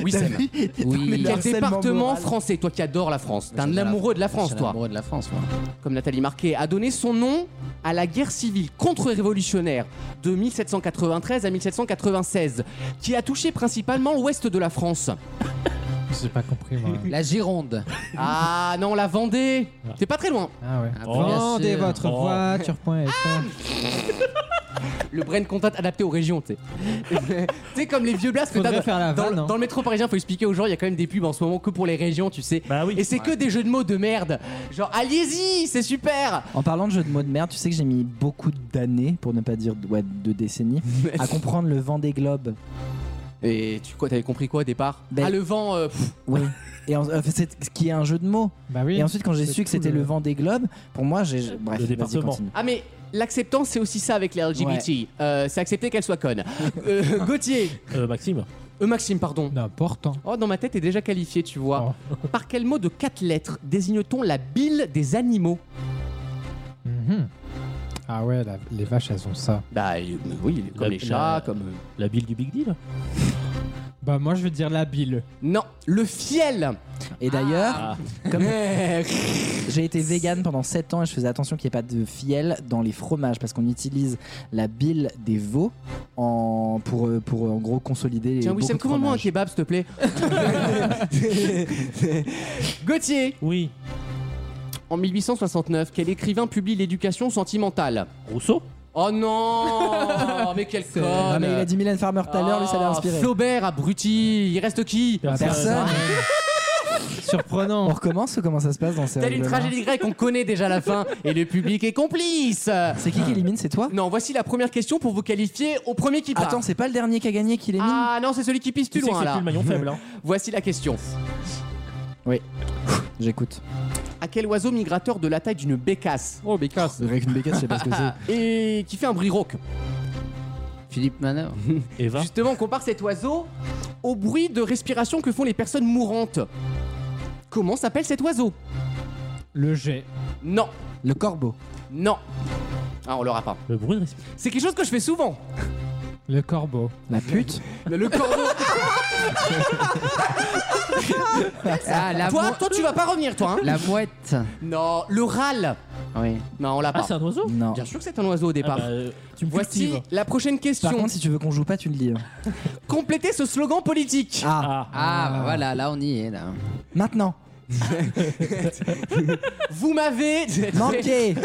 S2: oui Sam.
S5: Oui.
S4: le
S2: Quel
S4: harcèlement
S2: département
S4: moral.
S2: français, toi qui adore la France, t'es
S5: j'adore
S2: un
S5: la
S2: amoureux de la France,
S5: Je suis un
S2: toi,
S5: amoureux de la France, moi.
S2: comme Nathalie Marquet, a donné son nom à la guerre civile contre-révolutionnaire de 1793 à 1796, qui a touché principalement l'ouest de la France.
S3: J'ai pas compris, moi.
S5: La Gironde.
S2: Ah non, la Vendée T'es pas très loin.
S3: Ah ouais.
S5: Ah, bien
S3: Vendez
S5: sûr.
S3: votre
S6: Oh.
S3: voiture.fr.
S2: le brain content adapté aux régions, tu sais. tu sais, comme les vieux blasts que
S3: Faudrait
S2: t'as dans-
S3: faire la
S2: dans,
S3: vanne,
S2: le-
S3: hein.
S2: dans le métro parisien, faut expliquer aux gens, il y a quand même des pubs en ce moment que pour les régions, tu sais.
S6: Bah oui.
S2: Et c'est que des jeux de mots de merde. Genre, allez-y, c'est super
S4: En parlant de jeux de mots de merde, tu sais que j'ai mis beaucoup d'années, pour ne pas dire ouais, de décennies, à comprendre le vent des globes.
S2: Et tu quoi, t'avais compris quoi au départ
S4: Ben-
S2: Ah, le vent, euh, pff,
S4: Oui. Et en- euh, c'est ce qui est un jeu de mots.
S3: Bah oui.
S4: Et ensuite, quand j'ai
S3: C'est
S4: su que
S3: tout
S4: c'était
S3: le-
S4: le vent des globes, pour moi, j'ai. Bref,
S6: Le
S4: vas-y,
S6: département.
S4: continue.
S2: Ah mais l'acceptance c'est aussi ça avec les LGBT. Euh, c'est accepter qu'elle soit conne. Euh, Gauthier,
S6: Euh, Maxime,
S2: euh, Maxime pardon.
S3: N'importe. hein.
S2: Oh dans ma tête est déjà qualifié tu vois. Par quel mot de quatre lettres désigne-t-on la bile des animaux
S3: Mhm. Ah ouais, la- les vaches, elles ont ça.
S2: Bah euh, oui comme
S6: La-
S2: les chats
S6: la-
S2: comme. euh,
S6: la bille du Big Deal
S3: Bah moi, je veux dire la bile.
S2: Non le fiel.
S4: Et d'ailleurs, Comme-
S2: Eh,
S6: Ah.
S4: J'ai été vegan pendant 7 ans et je faisais attention qu'il n'y ait pas de fiel dans les fromages parce qu'on utilise la bile des veaux en, pour, euh, pour en gros consolider les
S2: Tiens
S4: beaucoup
S2: Wissem
S4: de
S2: commande-moi un
S4: fromages.
S2: kebab s'il te plaît. Gauthier
S6: Oui.
S2: en 1869 quel écrivain publie l'éducation sentimentale
S6: Rousseau
S2: Oh non mais quel
S4: C'est- Ah,
S2: con
S4: mais il a dit Mylène Farmer tout à l'heure, lui ça l'a
S2: Ah,
S4: inspiré.
S2: Flaubert, abruti, il reste qui
S6: Ah,
S4: Personne. On
S3: Surprenant.
S4: recommence ou comment ça se passe dans ces
S2: Telle une
S4: règlements
S2: tragédie grecque, on connaît déjà la fin et le public est complice.
S4: C'est qui qui élimine C'est toi
S2: Non, voici la première question pour vous qualifier au premier qui part.
S4: Attends, c'est pas le dernier qui a gagné qui l'élimine
S2: Bah. ah non, c'est celui qui pisse
S6: Tu
S2: plus
S6: sais que
S2: loin
S6: c'est plus
S2: là.
S6: le maillon faible. hein.
S2: Voici la question.
S4: J'écoute.
S2: À quel oiseau migrateur de la taille d'une bécasse Ah,
S3: Oh, Bécasse.
S4: Avec une bécasse, je sais pas ce que c'est.
S2: et qui fait un bruit rauque
S5: Philippe Manœuvre.
S6: Eva
S2: Justement, on compare cet oiseau au bruit de respiration que font les personnes mourantes. Comment s'appelle cet oiseau
S3: Le jet.
S2: Non,
S4: Le corbeau.
S2: non. Ah, on l'aura pas.
S6: Le bruit de respiration.
S2: C'est quelque chose que je fais souvent.
S3: Le corbeau.
S4: La pute
S2: Le- Le corbeau.
S5: Ah, la,
S2: toi,
S5: mou-
S2: toi, tu vas pas revenir, toi. hein.
S5: la mouette.
S2: Non, le râle.
S5: Oui.
S2: Non, on l'a
S6: Ah,
S2: pas.
S6: c'est un oiseau
S4: Non.
S2: Bien sûr que c'est un oiseau au
S6: Ah,
S2: départ.
S6: bah, euh, Tu me
S2: Voici
S6: cultives.
S2: la prochaine
S4: Par
S2: question.
S4: contre, si tu veux qu'on joue pas, tu le dis.
S2: Complétez ce slogan politique.
S4: Ah,
S6: Ah,
S5: Ah, bah voilà, là on y est là.
S4: maintenant
S2: Vous m'avez
S4: Manqué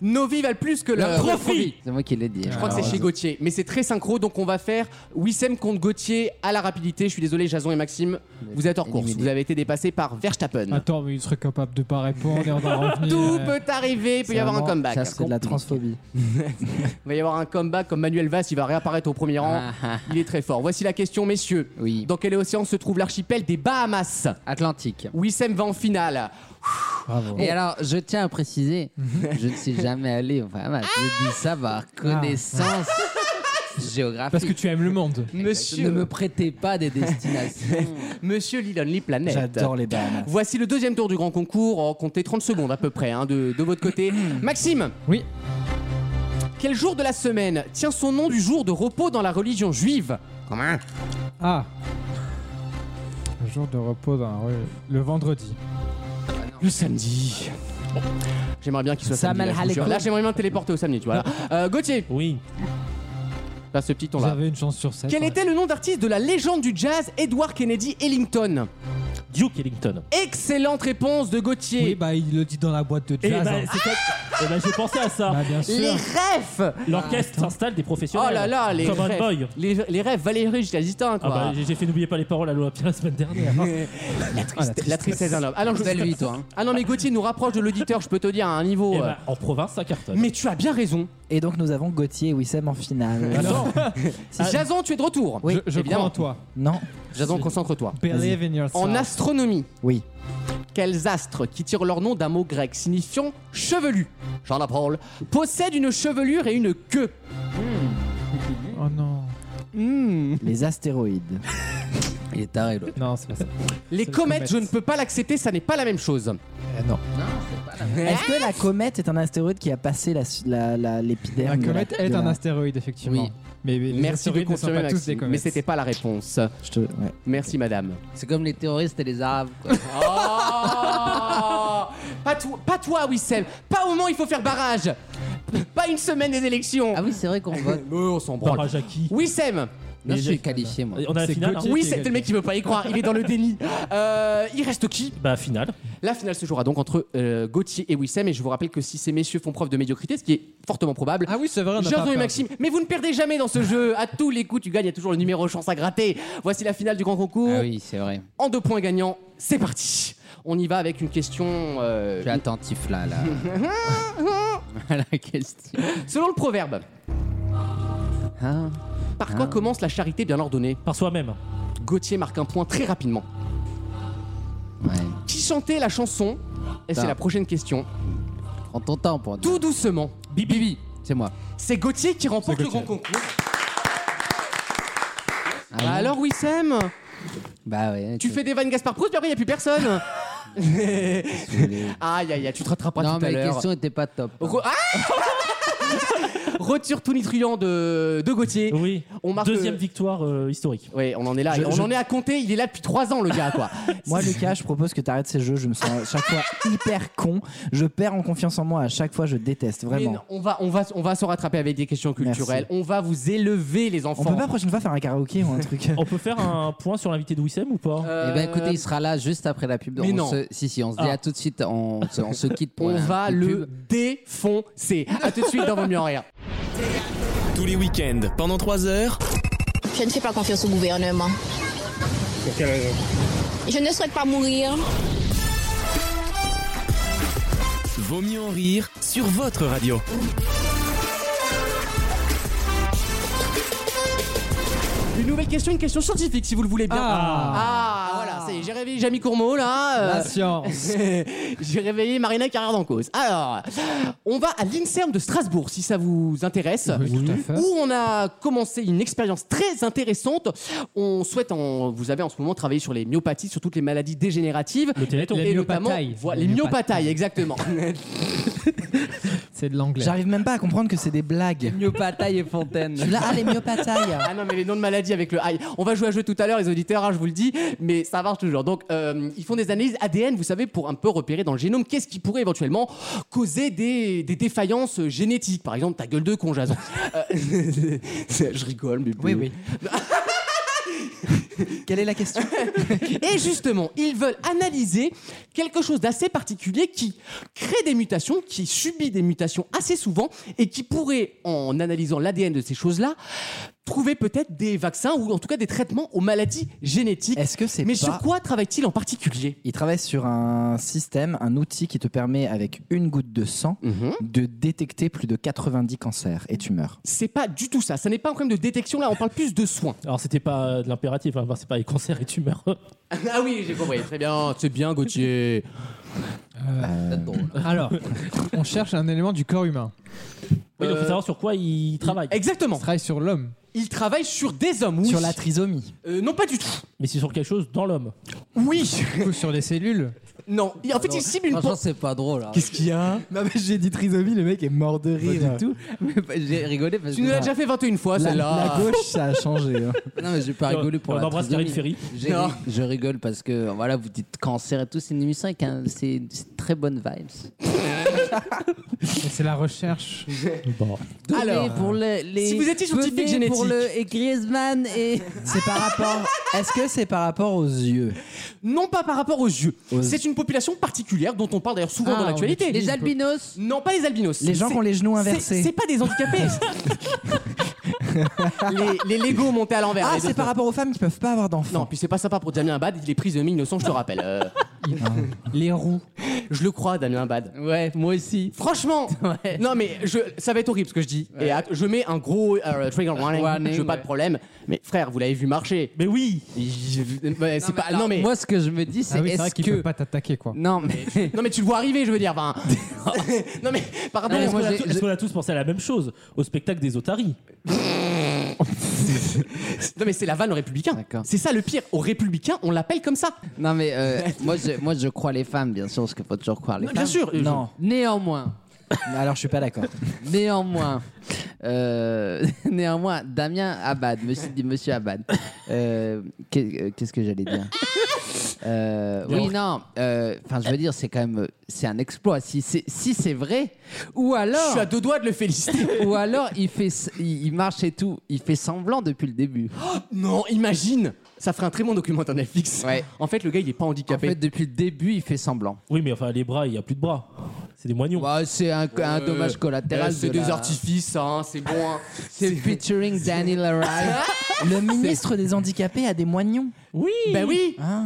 S2: Nos vies valent plus que leur
S6: Trophy
S5: C'est moi qui l'ai dit. hein.
S2: Je crois que c'est chez Gauthier, mais c'est très synchro, donc on va faire Wissem contre Gauthier à la rapidité. Je suis désolé, Jason et Maxime, vous êtes hors course.
S5: Éliminé.
S2: Vous avez été dépassés par Verstappen.
S3: Attends, mais il serait capable de pas répondre et on va revenir.
S2: Tout
S3: euh,
S2: peut arriver, il peut y avoir un
S4: vraiment-
S2: comeback.
S5: ça se
S4: C'est de la transphobie.
S2: Il va y avoir un comeback comme Manuel Valls, il va réapparaître au premier rang.
S5: Ah, ah,
S2: Il est très fort. Voici la question, messieurs.
S5: oui.
S2: Dans quel océan se trouve l'archipel des Bahamas
S5: Atlantique.
S2: Wissem va en finale. Oh.
S3: Bravo.
S5: Et alors, je tiens à préciser,
S2: Mhm.
S5: je ne suis jamais allé au Bahamas. Je dis ça par
S2: Ah.
S5: connaissance géographique. Eh,
S3: Parce que tu aimes le monde.
S2: Monsieur,
S5: Ne me prêtez pas des destinations.
S2: Monsieur Lilon, les planètes.
S4: J'adore les Bahamas.
S2: Voici le deuxième tour du grand concours. Oh, comptez 30 secondes à peu près hein, de, de votre côté. Maxime,
S3: Oui.
S2: quel jour de la semaine tient son nom du jour de repos dans la religion juive
S3: Ah. Le jour de repos dans la rue. Le vendredi.
S2: Le samedi. J'aimerais bien qu'il soit
S4: Sam
S2: samedi. Là, je vous
S4: al-Halekou.
S2: jure. Là, j'aimerais bien me téléporter au samedi, tu vois. là. Euh, Gauthier,
S6: Oui.
S2: Là, ce petit ton là.
S3: J'avais une chance sur hein. 7.
S2: Quel était le nom d'artiste de la légende du jazz Edward Kennedy Ellington
S6: Duke Ellington.
S2: Excellente réponse de Gauthier.
S3: Oui, bah il le dit dans la boîte de
S6: Et
S3: jazz.
S6: bah,
S3: hein.
S6: c'est quoi- Eh bah, j'ai pensé à ça.
S3: Bah, bien sûr. Ah,
S2: Les refs
S6: L'orchestre s'installe des
S2: Oh
S6: professionnels.
S2: là là, les
S6: Comme un
S2: refs
S6: boy.
S2: Les, les refs, Valérie, je t'ai dit, hein,
S6: Ah
S2: quoi.
S6: bah, j'ai j'ai fait N'oubliez pas les paroles à l'Olympia la semaine dernière.
S2: Ah, la, tristesse d'un homme. Ah non, je-
S5: Belle vie, toi. hein.
S2: Ah non, mais Gauthier nous rapproche de l'auditeur, je peux te dire, à un niveau.
S6: Eh
S2: euh,
S6: bah, en province, ça
S3: Mm.
S6: cartonne.
S2: Mais tu as bien raison.
S4: Et donc, nous avons Gauthier et Wissem en finale.
S6: Attends,
S3: Ah.
S4: Ah.
S2: Jason, tu es de retour.
S3: je je crois
S2: évidemment.
S3: en toi.
S4: Non
S2: Jason, concentre-toi.
S3: Believe in yourself.
S2: En astronomie,
S4: Oui.
S2: quels astres qui tirent leur nom d'un mot grec signifiant chevelu, j'en la parole, possèdent une chevelure et une queue
S3: Oh non.
S2: Hmm.
S4: Les astéroïdes.
S5: Il est taré, l'autre.
S3: Non, c'est pas ça.
S2: Les
S3: C'est les
S2: comètes,
S3: comètes.
S2: je ne peux pas l'accepter, ça n'est pas la même chose.
S3: Eh, non.
S5: Non, c'est pas la même.
S4: Est-ce que la comète est un astéroïde qui a passé la- la- la-
S3: La
S4: l'épiderme
S3: comète
S4: de la-
S3: est
S4: de
S3: un
S4: la-
S3: astéroïde, effectivement.
S5: Oui.
S3: Mais, mais les
S2: Merci de
S3: astéroïdes ne sont
S2: confirmer,
S3: pas tous des
S2: Maxime,
S3: comètes.
S2: mais c'était pas la réponse.
S4: Je te- ouais.
S2: Merci, madame.
S5: C'est comme les terroristes et les arabes. quoi.
S2: Oh pas, toi, pas toi, Wissem. Pas au moment où il faut faire barrage. Pas une semaine des élections.
S5: Ah oui, c'est vrai qu'on vote.
S2: Mais on s'en branle.
S6: Barrage à qui
S2: Wissem,
S5: Non, je
S6: j'ai-
S5: suis qualifié, moi.
S6: On a la
S3: Oh C'est
S6: finale.
S3: Gauthier.
S6: hein
S2: Oui, c'est le mec qui veut pas y croire, il est dans le déni. Euh, il reste qui
S6: Bah, finale.
S2: La finale se jouera donc entre euh, Gauthier et Wissem. Et je vous rappelle que si ces messieurs font preuve de médiocrité, ce qui est fortement probable,
S3: Ah oui, c'est vrai. on a pas
S2: Jason et
S3: perdu.
S2: Maxime, mais vous ne perdez jamais dans ce jeu. À tous les coups, tu gagnes. Il y a toujours le numéro chance à gratter. Voici la finale du grand concours.
S5: Ah oui, c'est vrai.
S2: En deux points gagnants, c'est parti. On y va avec une question. euh,
S5: Je suis attentif là, là. à la question.
S2: Selon le proverbe,
S5: Hein
S2: par quoi commence la charité bien ordonnée
S6: Par soi-même.
S2: Gauthier marque un point très rapidement.
S5: ouais.
S2: Qui chantait la chanson Et c'est
S5: Ah.
S2: la prochaine question.
S5: Prends ton temps pour dire.
S2: Tout doucement.
S5: Bibi, c'est moi.
S2: C'est Gauthier qui remporte
S3: C'est
S2: le grand
S3: Gauthier.
S2: concours. Bah
S5: Ah bon
S2: alors Wissem,
S5: Bah ouais.
S2: tu fais des vannes Gaspard Proust, puis après il n'y a plus personne. aïe aïe aïe, tu te rattraperas
S5: Non,
S2: tout à
S5: mais la
S2: l'heure.
S5: question était pas top. Eh
S2: Re- Ah Retire tout nitriant de, de Gauthier.
S6: Oui.
S2: On marque
S6: Deuxième
S2: le-
S6: victoire euh, historique.
S2: Ouais, on en est là.
S4: Je-
S2: on
S4: je-
S2: en est à compter. Il est là depuis 3 ans, le gars, quoi.
S4: Moi, Lucas, je propose que tu arrêtes ces jeux. Je me sens chaque fois hyper con. Je perds en confiance en moi. À chaque fois, je déteste
S2: Mais
S4: vraiment.
S2: non, on va, on va, on va se rattraper avec des questions culturelles. On va vous élever, les
S4: On
S2: enfants.
S4: peut pas la prochaine fois faire un karaoké ou un
S2: Oh,
S4: truc.
S6: On peut faire un point sur l'invité de Wissem ou pas
S5: Eh
S2: Euh,
S5: ben écoutez, il sera là juste après la pub.
S2: Mais
S5: on
S2: non.
S5: Se... Si, si, on se dit
S6: Ah.
S5: à tout de suite, on se, on se quitte pour
S2: on
S5: la
S2: va
S5: pub.
S2: le défoncer. À tout de suite dans Vos mieux en rire.
S1: Tous les week-ends, pendant 3 heures,
S9: Je ne fais pas confiance au gouvernement. Je ne souhaite pas mourir.
S1: Vaut mieux en rire sur votre radio.
S2: Une nouvelle question, une question scientifique, si vous le voulez bien. Ah, voilà, c'est j'ai réveillé Jamie Courmeau là. euh,
S3: La science.
S2: j'ai réveillé Marina Carrère d'en cause. Alors, on va à l'Inserm de Strasbourg, si ça vous intéresse.
S3: Oui, tout à fait.
S2: Où on a commencé une expérience très intéressante. On souhaite, en, vous avez en ce moment travaillé sur les myopathies, sur toutes les maladies dégénératives.
S6: Le téléthon.
S2: et notamment,
S3: myopathies.
S2: voilà, les
S3: Les
S2: myopathies, exactement.
S3: C'est de l'anglais.
S4: J'arrive même pas à comprendre que c'est des blagues.
S5: Myopataille et Fontaine.
S4: Je suis là, ah, les myopathies.
S2: Ah non, mais les noms de maladies avec le high. On va jouer à jeu tout à l'heure, les auditeurs, hein, je vous le dis, mais ça marche toujours. Donc, euh, ils font des analyses ADN, vous savez, pour un peu repérer dans le génome qu'est-ce qui pourrait éventuellement causer des, des défaillances génétiques. Par exemple, ta gueule de con, Jason. Euh, je rigole, mais.
S4: Oui, oui. Quelle est la question
S2: Et justement, ils veulent analyser quelque chose d'assez particulier qui crée des mutations, qui subit des mutations assez souvent et qui pourrait, en analysant l'ADN de ces choses-là, trouver peut-être des vaccins ou en tout cas des traitements aux maladies génétiques.
S4: Est-ce que c'est
S2: Mais
S4: pas...
S2: sur quoi travaille-t-il en particulier
S4: Il travaille sur un système, un outil qui te permet, avec une goutte de sang,
S2: Mhm.
S4: de détecter plus de 90 cancers et tumeurs.
S2: C'est pas du tout ça. Ça n'est pas un problème de détection là. On parle plus de soins.
S6: Alors, c'était pas euh, de l'impératif, hein, c'est pas les cancers et tumeurs.
S2: Ah oui, j'ai compris. Très bien. C'est bien, Gauthier.
S3: Alors, on cherche un élément du corps humain.
S6: Oui, donc,
S2: Euh,
S6: faut savoir sur quoi il travaille.
S3: On
S2: Exactement.
S3: travaille sur l'homme.
S2: Il travaille sur des hommes. oui.
S4: Sur la trisomie.
S2: Euh, non, pas du tout.
S6: Mais c'est sur quelque chose dans l'homme.
S2: Oui.
S3: Ou sur les cellules.
S2: Non. Et En fait, il cible une.
S5: Franchement, c'est pas drôle. hein.
S4: qu'il y a Non mais j'ai dit trisomie, le mec est mort de
S2: Bah,
S4: rire.
S5: tout. J'ai rigolé parce
S2: Tu
S5: que.
S2: nous l'as déjà fait 21 fois,
S4: La,
S2: celle-là.
S4: la gauche, ça a changé. hein.
S5: Non, mais j'ai pas rigolé pour
S6: on
S5: la
S6: embrasse
S5: trisomie.
S6: Karine Ferry.
S5: J'ai-
S2: Non.
S5: Je rigole parce que voilà, vous dites cancer et tout, c'est une émission avec un, c'est une c'est une très bonne vibes.
S3: Et c'est la recherche. Ah
S6: Bon.
S5: Donnez
S2: Alors,
S5: pour le- les,
S2: si vous étiez scientifique
S5: donnez pour
S2: génétique.
S5: le et Griezmann et
S4: C'est par rapport. Est-ce que c'est par rapport aux yeux
S2: Non pas par rapport aux yeux.
S4: Aux-
S2: C'est une population particulière dont on parle d'ailleurs souvent
S5: Ah,
S2: dans
S5: on
S2: l'actualité.
S5: les albinos.
S2: Non, pas les albinos.
S4: Les gens
S2: C'est-
S4: qui ont les genoux
S2: c'est-
S4: inversés.
S2: C'est pas des handicapés. les, les Lego montés à l'envers.
S4: Ah,
S2: les deux
S4: c'est par
S2: fois.
S4: rapport aux femmes qui peuvent pas avoir d'enfants.
S2: Non, puis c'est pas sympa pour Damien Abad. Il est prisonnier innocent, je te rappelle. Euh,
S3: Les roues.
S2: je le crois, Damien Abad.
S5: Ouais, moi aussi.
S2: Franchement, non mais je, ça va être horrible ce que je dis. Et att- je mets un gros euh, trigger warning.
S5: Warning,
S2: je veux pas
S5: ouais.
S2: de problème. Mais frère, vous l'avez vu marcher.
S6: Mais oui
S2: Je- mais c'est pas-
S5: alors,
S2: non mais
S5: moi ce que je me dis c'est
S3: Ah oui, c'est vrai
S5: est-ce
S3: qu'il
S5: que
S3: peut pas t'attaquer quoi.
S5: non mais
S2: non mais tu le vois arriver, je veux dire. Enfin, non mais par rapport
S5: Non, mais
S2: à
S5: moi,
S6: Est-ce qu'on a
S5: j'ai-
S6: tous- est-ce qu'on a tous pensé à la même chose Au spectacle des otaries
S2: Non mais c'est la vanne aux républicains.
S5: D'accord.
S2: C'est ça le pire. Aux républicains, on l'appelle comme ça.
S5: non mais euh, moi je moi je crois les femmes bien sûr parce qu'il faut toujours croire les
S2: Bien
S5: femmes.
S2: sûr.
S4: Non.
S5: Néanmoins,
S4: Alors, je suis pas d'accord.
S5: Néanmoins, euh, néanmoins, Damien Abad, monsieur, dit monsieur Abad, euh, qu'est- euh, qu'est-ce que j'allais dire Euh, Oui, non, euh, enfin, je veux dire, c'est quand même, euh, c'est un exploit. Si c'est si c'est vrai, ou
S2: Je
S5: alors,
S2: suis à deux doigts de le féliciter.
S5: ou alors, il fait, s- il il marche et tout, il fait semblant depuis le début.
S2: non, imagine Ça ferait un très bon documentaire Netflix.
S5: Ouais.
S2: En fait, le gars, il est pas
S5: En
S2: handicapé.
S5: fait, depuis le début, il fait semblant.
S6: Oui, mais enfin, les bras, il n'y a plus de bras. C'est des moignons.
S5: Bah, c'est un, un
S2: Euh,
S5: dommage collatéral.
S2: euh, c'est
S5: de
S2: des
S5: la-
S2: artifices, hein, c'est bon. hein.
S5: C'est featuring Danny LaRye.
S4: Le ministre des Handicapés a des moignons.
S6: Oui
S2: Ben oui,
S4: Ah,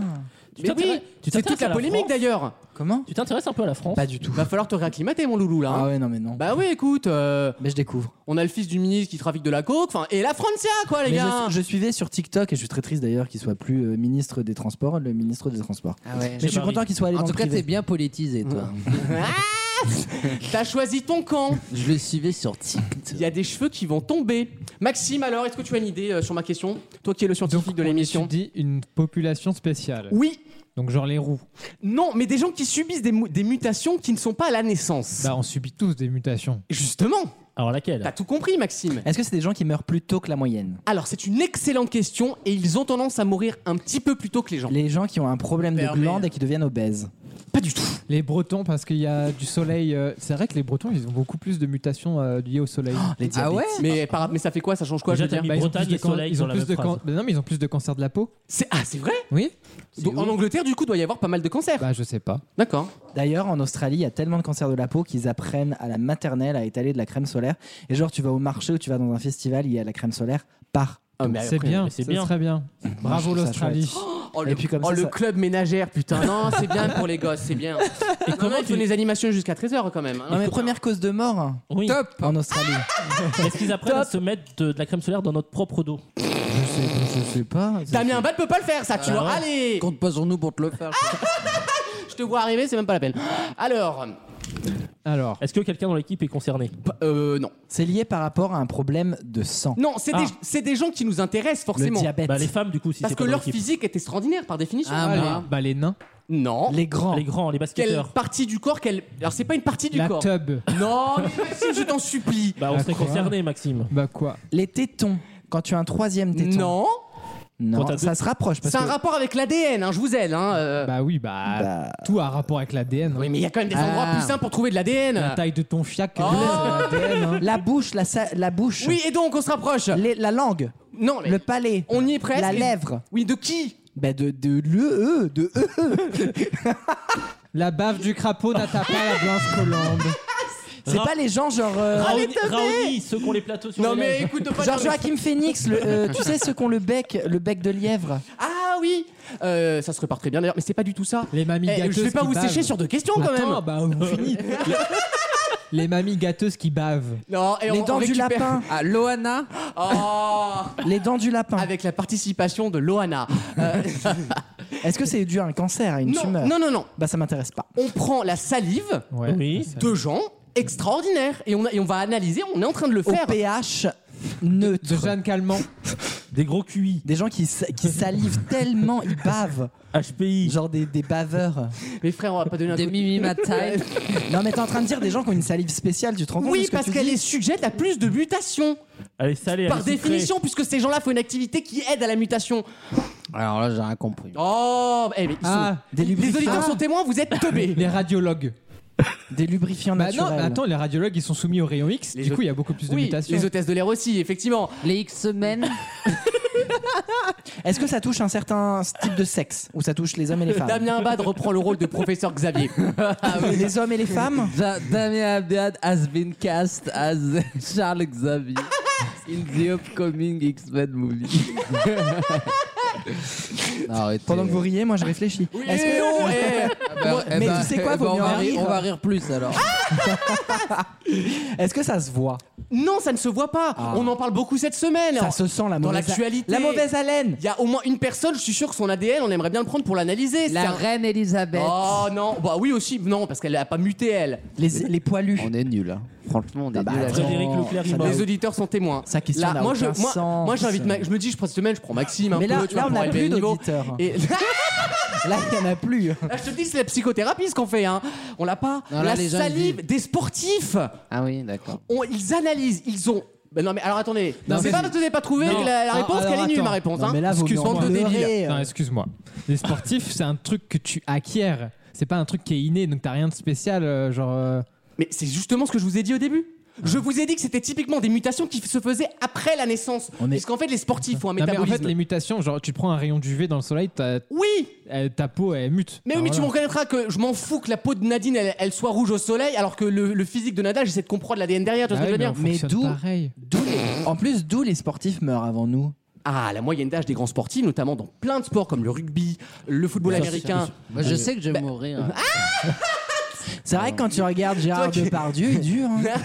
S6: Tu
S2: mais
S6: t'intéresses-
S2: oui.
S6: tu
S2: C'est
S6: t'intéresses
S2: toute la
S6: à
S2: polémique Bah,
S6: France
S2: d'ailleurs.
S4: comment
S6: Tu t'intéresses un peu à la France
S4: Pas du tout.
S2: Va falloir te réacclimater, mon loulou, là. hein.
S4: Ah ouais, non, mais non.
S2: Bah oui, écoute, euh,
S4: Mais je découvre.
S2: on a le fils du ministre qui trafique de la coke, enfin, et la Francia, quoi, les
S4: Mais
S2: gars
S4: je, je suivais sur TikTok et je suis très triste d'ailleurs qu'il soit plus euh, ministre des Transports, le ministre des Transports.
S5: Ah ouais.
S4: Mais je suis
S6: Barry.
S4: content qu'il soit allé
S5: En
S4: dans
S5: tout
S4: le
S5: cas,
S4: privé.
S5: t'es bien politisé, toi.
S2: Ah T'as choisi ton camp.
S5: Je le suivais sur TikTok.
S2: Il y a des cheveux qui vont tomber. Maxime, alors, est-ce que tu as une idée euh, sur ma question Toi qui es le scientifique de l'émission.
S3: Tu dis une population spéciale.
S2: Oui,
S3: Donc genre les roues.
S2: non, mais des gens qui subissent des, mu- des mutations qui ne sont pas à la naissance.
S3: Bah on subit tous des mutations.
S2: Justement,
S6: Alors
S2: t'as
S6: laquelle
S2: tout compris, Maxime.
S4: Est-ce que c'est des gens qui meurent plus tôt que la moyenne
S2: Alors, c'est une excellente question et ils ont tendance à mourir un petit peu plus tôt que les gens.
S4: Les gens qui ont un problème de
S2: Fermé.
S4: glande et qui deviennent obèses.
S2: Pas du tout.
S3: Les Bretons parce qu'il y a du soleil. euh, c'est vrai que les Bretons ils ont beaucoup plus de mutations euh, liées au soleil.
S5: Ah ouais
S2: Mais, par- mais ça fait quoi Ça change quoi, je
S6: Déjà,
S2: veux
S6: t'as
S2: dire
S6: mis-
S3: ils ont
S6: Bretagne
S3: plus de
S6: et soleil
S3: ils
S6: dans
S3: ont
S6: la
S3: plus
S6: même
S3: de
S6: phrase.
S3: mais non mais ils ont plus de cancer de la peau.
S2: C'est- Ah, c'est vrai
S3: Oui.
S2: Donc, En Angleterre, du coup, doit y avoir pas mal de cancers.
S3: Bah je sais pas.
S2: D'accord.
S4: D'ailleurs, en Australie, il y a tellement de cancers de la peau qu'ils apprennent à la maternelle à étaler de la crème solaire. Et genre, tu vas au marché ou tu vas dans un festival, il y a la crème solaire par.
S2: Ah, mais
S3: C'est
S2: après-
S3: bien.
S6: mais c'est
S3: C'est
S6: bien.
S3: très bien. Bravo
S4: trouve ça
S3: l'Australie.
S2: Oh,
S4: Et
S2: le,
S4: puis comme
S2: oh,
S4: ça,
S2: le
S4: ça-
S2: club ménagère, putain. Non, c'est bien pour les gosses, c'est bien. Et comment ils font les animations jusqu'à 13h quand même hein.
S4: Non mais première cause de mort hein,
S6: Oui.
S5: Top
S4: en Australie.
S6: Est-ce qu'ils apprennent à se mettre de, de la crème solaire dans notre propre dos
S4: je, sais, je sais pas.
S2: Damien Bad peut pas le faire, ça, tu
S6: Ah
S2: vois.
S6: ouais.
S2: Allez
S5: Compte pas sur nous pour te le faire.
S2: Je te vois arriver, c'est même pas la peine. Alors,
S3: Alors.
S6: Est-ce que quelqu'un dans l'équipe est concerné
S2: p- euh, non.
S4: C'est lié par rapport à un problème de sang.
S2: Non, c'est des-
S6: Ah.
S2: c'est des, gens qui nous intéressent
S4: Le
S2: forcément.
S4: diabète.
S6: Bah, les femmes, du coup, si
S2: Parce
S6: c'est
S2: que
S6: pas dans
S2: leur
S6: l'équipe.
S2: physique est extraordinaire par définition.
S3: Ah,
S5: Ah, bah.
S3: les, bah, les nains.
S2: Non.
S4: Les grands.
S6: Les grands, les
S2: Quelle
S6: basketteurs.
S2: partie du corps qu'elle. Alors, c'est pas une partie du
S3: La
S2: corps.
S3: tub.
S2: Non, mais Maxime, je t'en supplie.
S6: Bah, on
S3: Ah,
S6: serait
S3: quoi
S6: concerné, Maxime.
S3: Bah quoi
S4: Les tétons. Quand tu as un troisième téton.
S2: Non,
S4: Non,
S6: Quand t'as
S4: ça se rapproche parce
S2: c'est
S4: que.
S2: un rapport avec l'ADN, hein, je vous aide. Hein, euh.
S3: Bah oui bah, tout a rapport avec l'ADN. hein.
S2: Oui, mais il y a quand même des endroits
S5: Ah.
S2: plus simples pour trouver de l'ADN.
S3: La taille de ton fiac.
S2: Ah. Oh.
S3: c'est l'ADN. hein.
S4: La bouche, la, sa- la bouche.
S2: Oui, et donc on se rapproche.
S4: Les- la langue.
S2: Non, mais
S4: Le palais.
S2: on y est presque.
S4: La lèvre.
S2: Oui, de qui
S4: Bah de, de l'UE, de E.
S3: La bave du crapaud n'atteint pas la blanche colombe.
S4: C'est
S6: Ra-
S4: pas les gens genre. euh,
S2: Ah,
S6: Raoni, Raoni, ceux qui ont les plateaux sur
S2: Non,
S6: les
S2: mais
S6: lèvres.
S2: écoute pas.
S4: Genre
S2: non, mais-
S4: Joachim Phoenix, le, euh, tu sais ceux qui ont le bec, le bec de lièvre.
S2: Ah oui Euh, Ça se prépare très bien d'ailleurs, mais c'est pas du tout ça.
S3: Les mamies
S2: Eh,
S3: gâteuses.
S2: je vais pas
S3: qui
S2: vous
S3: bavent.
S2: sécher sur deux questions quand
S3: Attends,
S2: même.
S3: bah, on finit. Les mamies gâteuses qui bavent.
S2: Non, et
S4: les
S2: on-
S4: dents
S2: on
S4: du
S2: récupère-
S4: lapin.
S5: Ah, Loana
S2: Oh,
S4: Les dents du lapin.
S2: avec la participation de Loana. Euh,
S4: Est-ce que c'est dû à un cancer, à une
S2: non,
S4: tumeur
S2: non, non, non.
S4: Bah ça m'intéresse pas.
S2: On prend la salive
S3: Ouais,
S6: Oui.
S3: ça-
S2: de gens extraordinaires et on, a- et on va analyser. On est en train de le
S4: Au
S2: faire.
S4: pH
S3: De
S4: neutre.
S3: Jeanne Calment.
S6: Des gros QI,
S4: Des gens qui, sa- qui salivent tellement, ils bavent.
S6: HPI.
S4: Genre des, des baveurs.
S2: Mais frère, on va pas donner un
S5: de
S2: coup-
S5: Mimi Matai.
S4: Non mais t'es en train de dire des gens qui ont une salive spéciale, tu te rends compte de
S2: Oui,
S4: ce que
S2: parce
S4: tu
S2: qu'elle
S4: dis
S2: est sujette à plus de mutations.
S6: Elle est salée, elle
S2: Par
S6: est sucrée.
S2: définition, puisque ces gens-là font une activité qui aide à la mutation.
S5: Alors là, j'ai rien compris.
S2: Oh, eh, mais ils sont-
S3: Ah,
S4: Des
S2: les auditeurs
S4: lubrifiants,
S2: sont témoins, vous êtes teubés.
S3: les radiologues.
S4: des lubrifiants
S3: Bah non,
S4: naturels.
S3: mais attends, les radiologues ils sont soumis au rayon X.
S2: Les
S3: du
S2: autres-
S3: coup, il y a beaucoup plus de
S2: Oui,
S3: mutations.
S2: les hôtesses de l'air aussi, effectivement.
S5: Les X-Men.
S4: Est-ce que ça touche un certain type de sexe Ou ça touche les hommes et les femmes
S2: Damien Abad reprend le rôle de professeur Xavier.
S4: Les hommes et les femmes
S5: Da- Damien Abdad has been cast as Charles Xavier in the upcoming X-Men movie. Non, arrêtez.
S4: Pendant que vous riez, moi je réfléchis. Est-ce que-
S2: Eh oh, eh.
S5: Ah bah, eh
S4: Mais
S5: bah,
S4: tu sais quoi,
S5: eh
S4: vaut
S5: bah, on,
S4: mieux
S5: va
S4: en
S5: rire,
S4: rire.
S5: on va rire plus alors.
S4: Est-ce que ça se voit
S2: Non, ça ne se voit pas. On en parle beaucoup cette semaine.
S4: Ah. Ça se sent la
S2: Dans
S4: mauvaise
S2: l'actualité.
S4: La mauvaise haleine
S2: Il y a au moins une personne, je suis sûr que son ADN, on aimerait bien le prendre pour l'analyser. C'est
S5: La
S2: un-
S5: reine Elisabeth.
S2: Oh non, bah oui aussi, non, parce qu'elle a pas muté elle.
S4: les, les poilus.
S5: On est nuls. Hein. Franchement, on est
S4: bah,
S5: nuls. à
S4: attends.
S5: chier.
S6: Frédéric Leclerc, il m'a-
S2: Les auditeurs sont témoins.
S4: Sa question n'a
S2: moi, je,
S4: aucun
S2: moi,
S4: sens.
S2: moi j'invite, Ma- je me dis, je prends cette semaine, je prends Maxime un
S4: Mais là,
S2: peu, tu
S4: là
S2: vois,
S4: on
S2: pour
S4: n'a
S2: élever
S4: plus
S2: le niveau.
S4: d'auditeurs.
S2: Et...
S4: Là, il n'y en a plus. hein.
S2: Là, Ah, je te dis, c'est la psychothérapie ce qu'on fait. Hein. On l'a pas.
S5: Non, là,
S2: la
S5: les gens, ils
S2: salive
S5: disent-
S2: des sportifs.
S5: Ah oui, d'accord.
S2: On- ils analysent, ils ont. Ben non, mais alors attendez.
S4: Non,
S2: c'est
S4: mais-
S2: pas parce que vous n'avez pas trouvé
S6: Non.
S2: que la, la
S3: Ah,
S2: réponse
S3: alors,
S2: qu'elle est nulle,
S3: attends.
S2: ma réponse.
S4: Non,
S2: hein.
S4: mais là, vaut
S2: Excuse,
S4: mieux
S2: bande de
S4: en pleurer.
S2: débiles.
S4: Euh,
S6: Non, excuse-moi. Les sportifs, c'est un truc que tu acquiers. C'est pas un truc qui est inné, donc t'as rien de spécial. euh, genre, euh,
S2: Mais c'est justement ce que je vous ai dit au début. Je vous ai dit que c'était typiquement des mutations qui se faisaient après la naissance.
S4: On est-
S2: Puisqu'en fait, les sportifs ont un
S6: non, mais en
S2: métabolisme.
S6: fait, les mutations, genre, tu prends un rayon d'UV dans le soleil, ta,
S2: Oui,
S6: euh, ta peau, elle mute.
S2: mais, oui, mais tu me reconnaîtras que je m'en fous que la peau de Nadine, elle, elle soit rouge au soleil, alors que le, le physique de Nada, j'essaie de comprendre l'ADN derrière, tu
S6: ah
S2: vois ce que je veux dire
S4: Ah Mais d'où-
S6: pareil.
S4: D'où les- En plus, d'où les sportifs meurent avant nous.
S2: Ah, la moyenne d'âge des grands sportifs, notamment dans plein de sports comme le rugby, le football
S6: Ça, c'est
S2: américain.
S5: Moi, je sais que je vais mourir.
S4: Bah, euh, Ah!
S5: Ah!
S4: C'est vrai que quand tu regardes Gérard
S2: Toi qui-
S4: Depardieu, il dure. hein.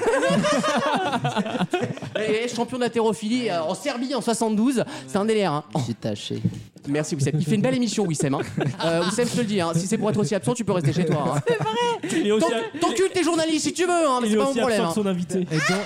S2: Et champion d'haltérophilie euh, en Serbie en 72, c'est un délire. hein.
S5: J'ai taché.
S2: Merci Wissem. Il fait une belle émission, Wissem. Hein. Euh, Wissem, je te le dis, hein, si c'est pour être aussi absent, tu peux rester chez toi. hein.
S6: Il est aussi,
S2: T'en- T'encules tes journalistes si tu veux, hein, mais c'est pas mon problème. hein.
S6: son invité. Et donc,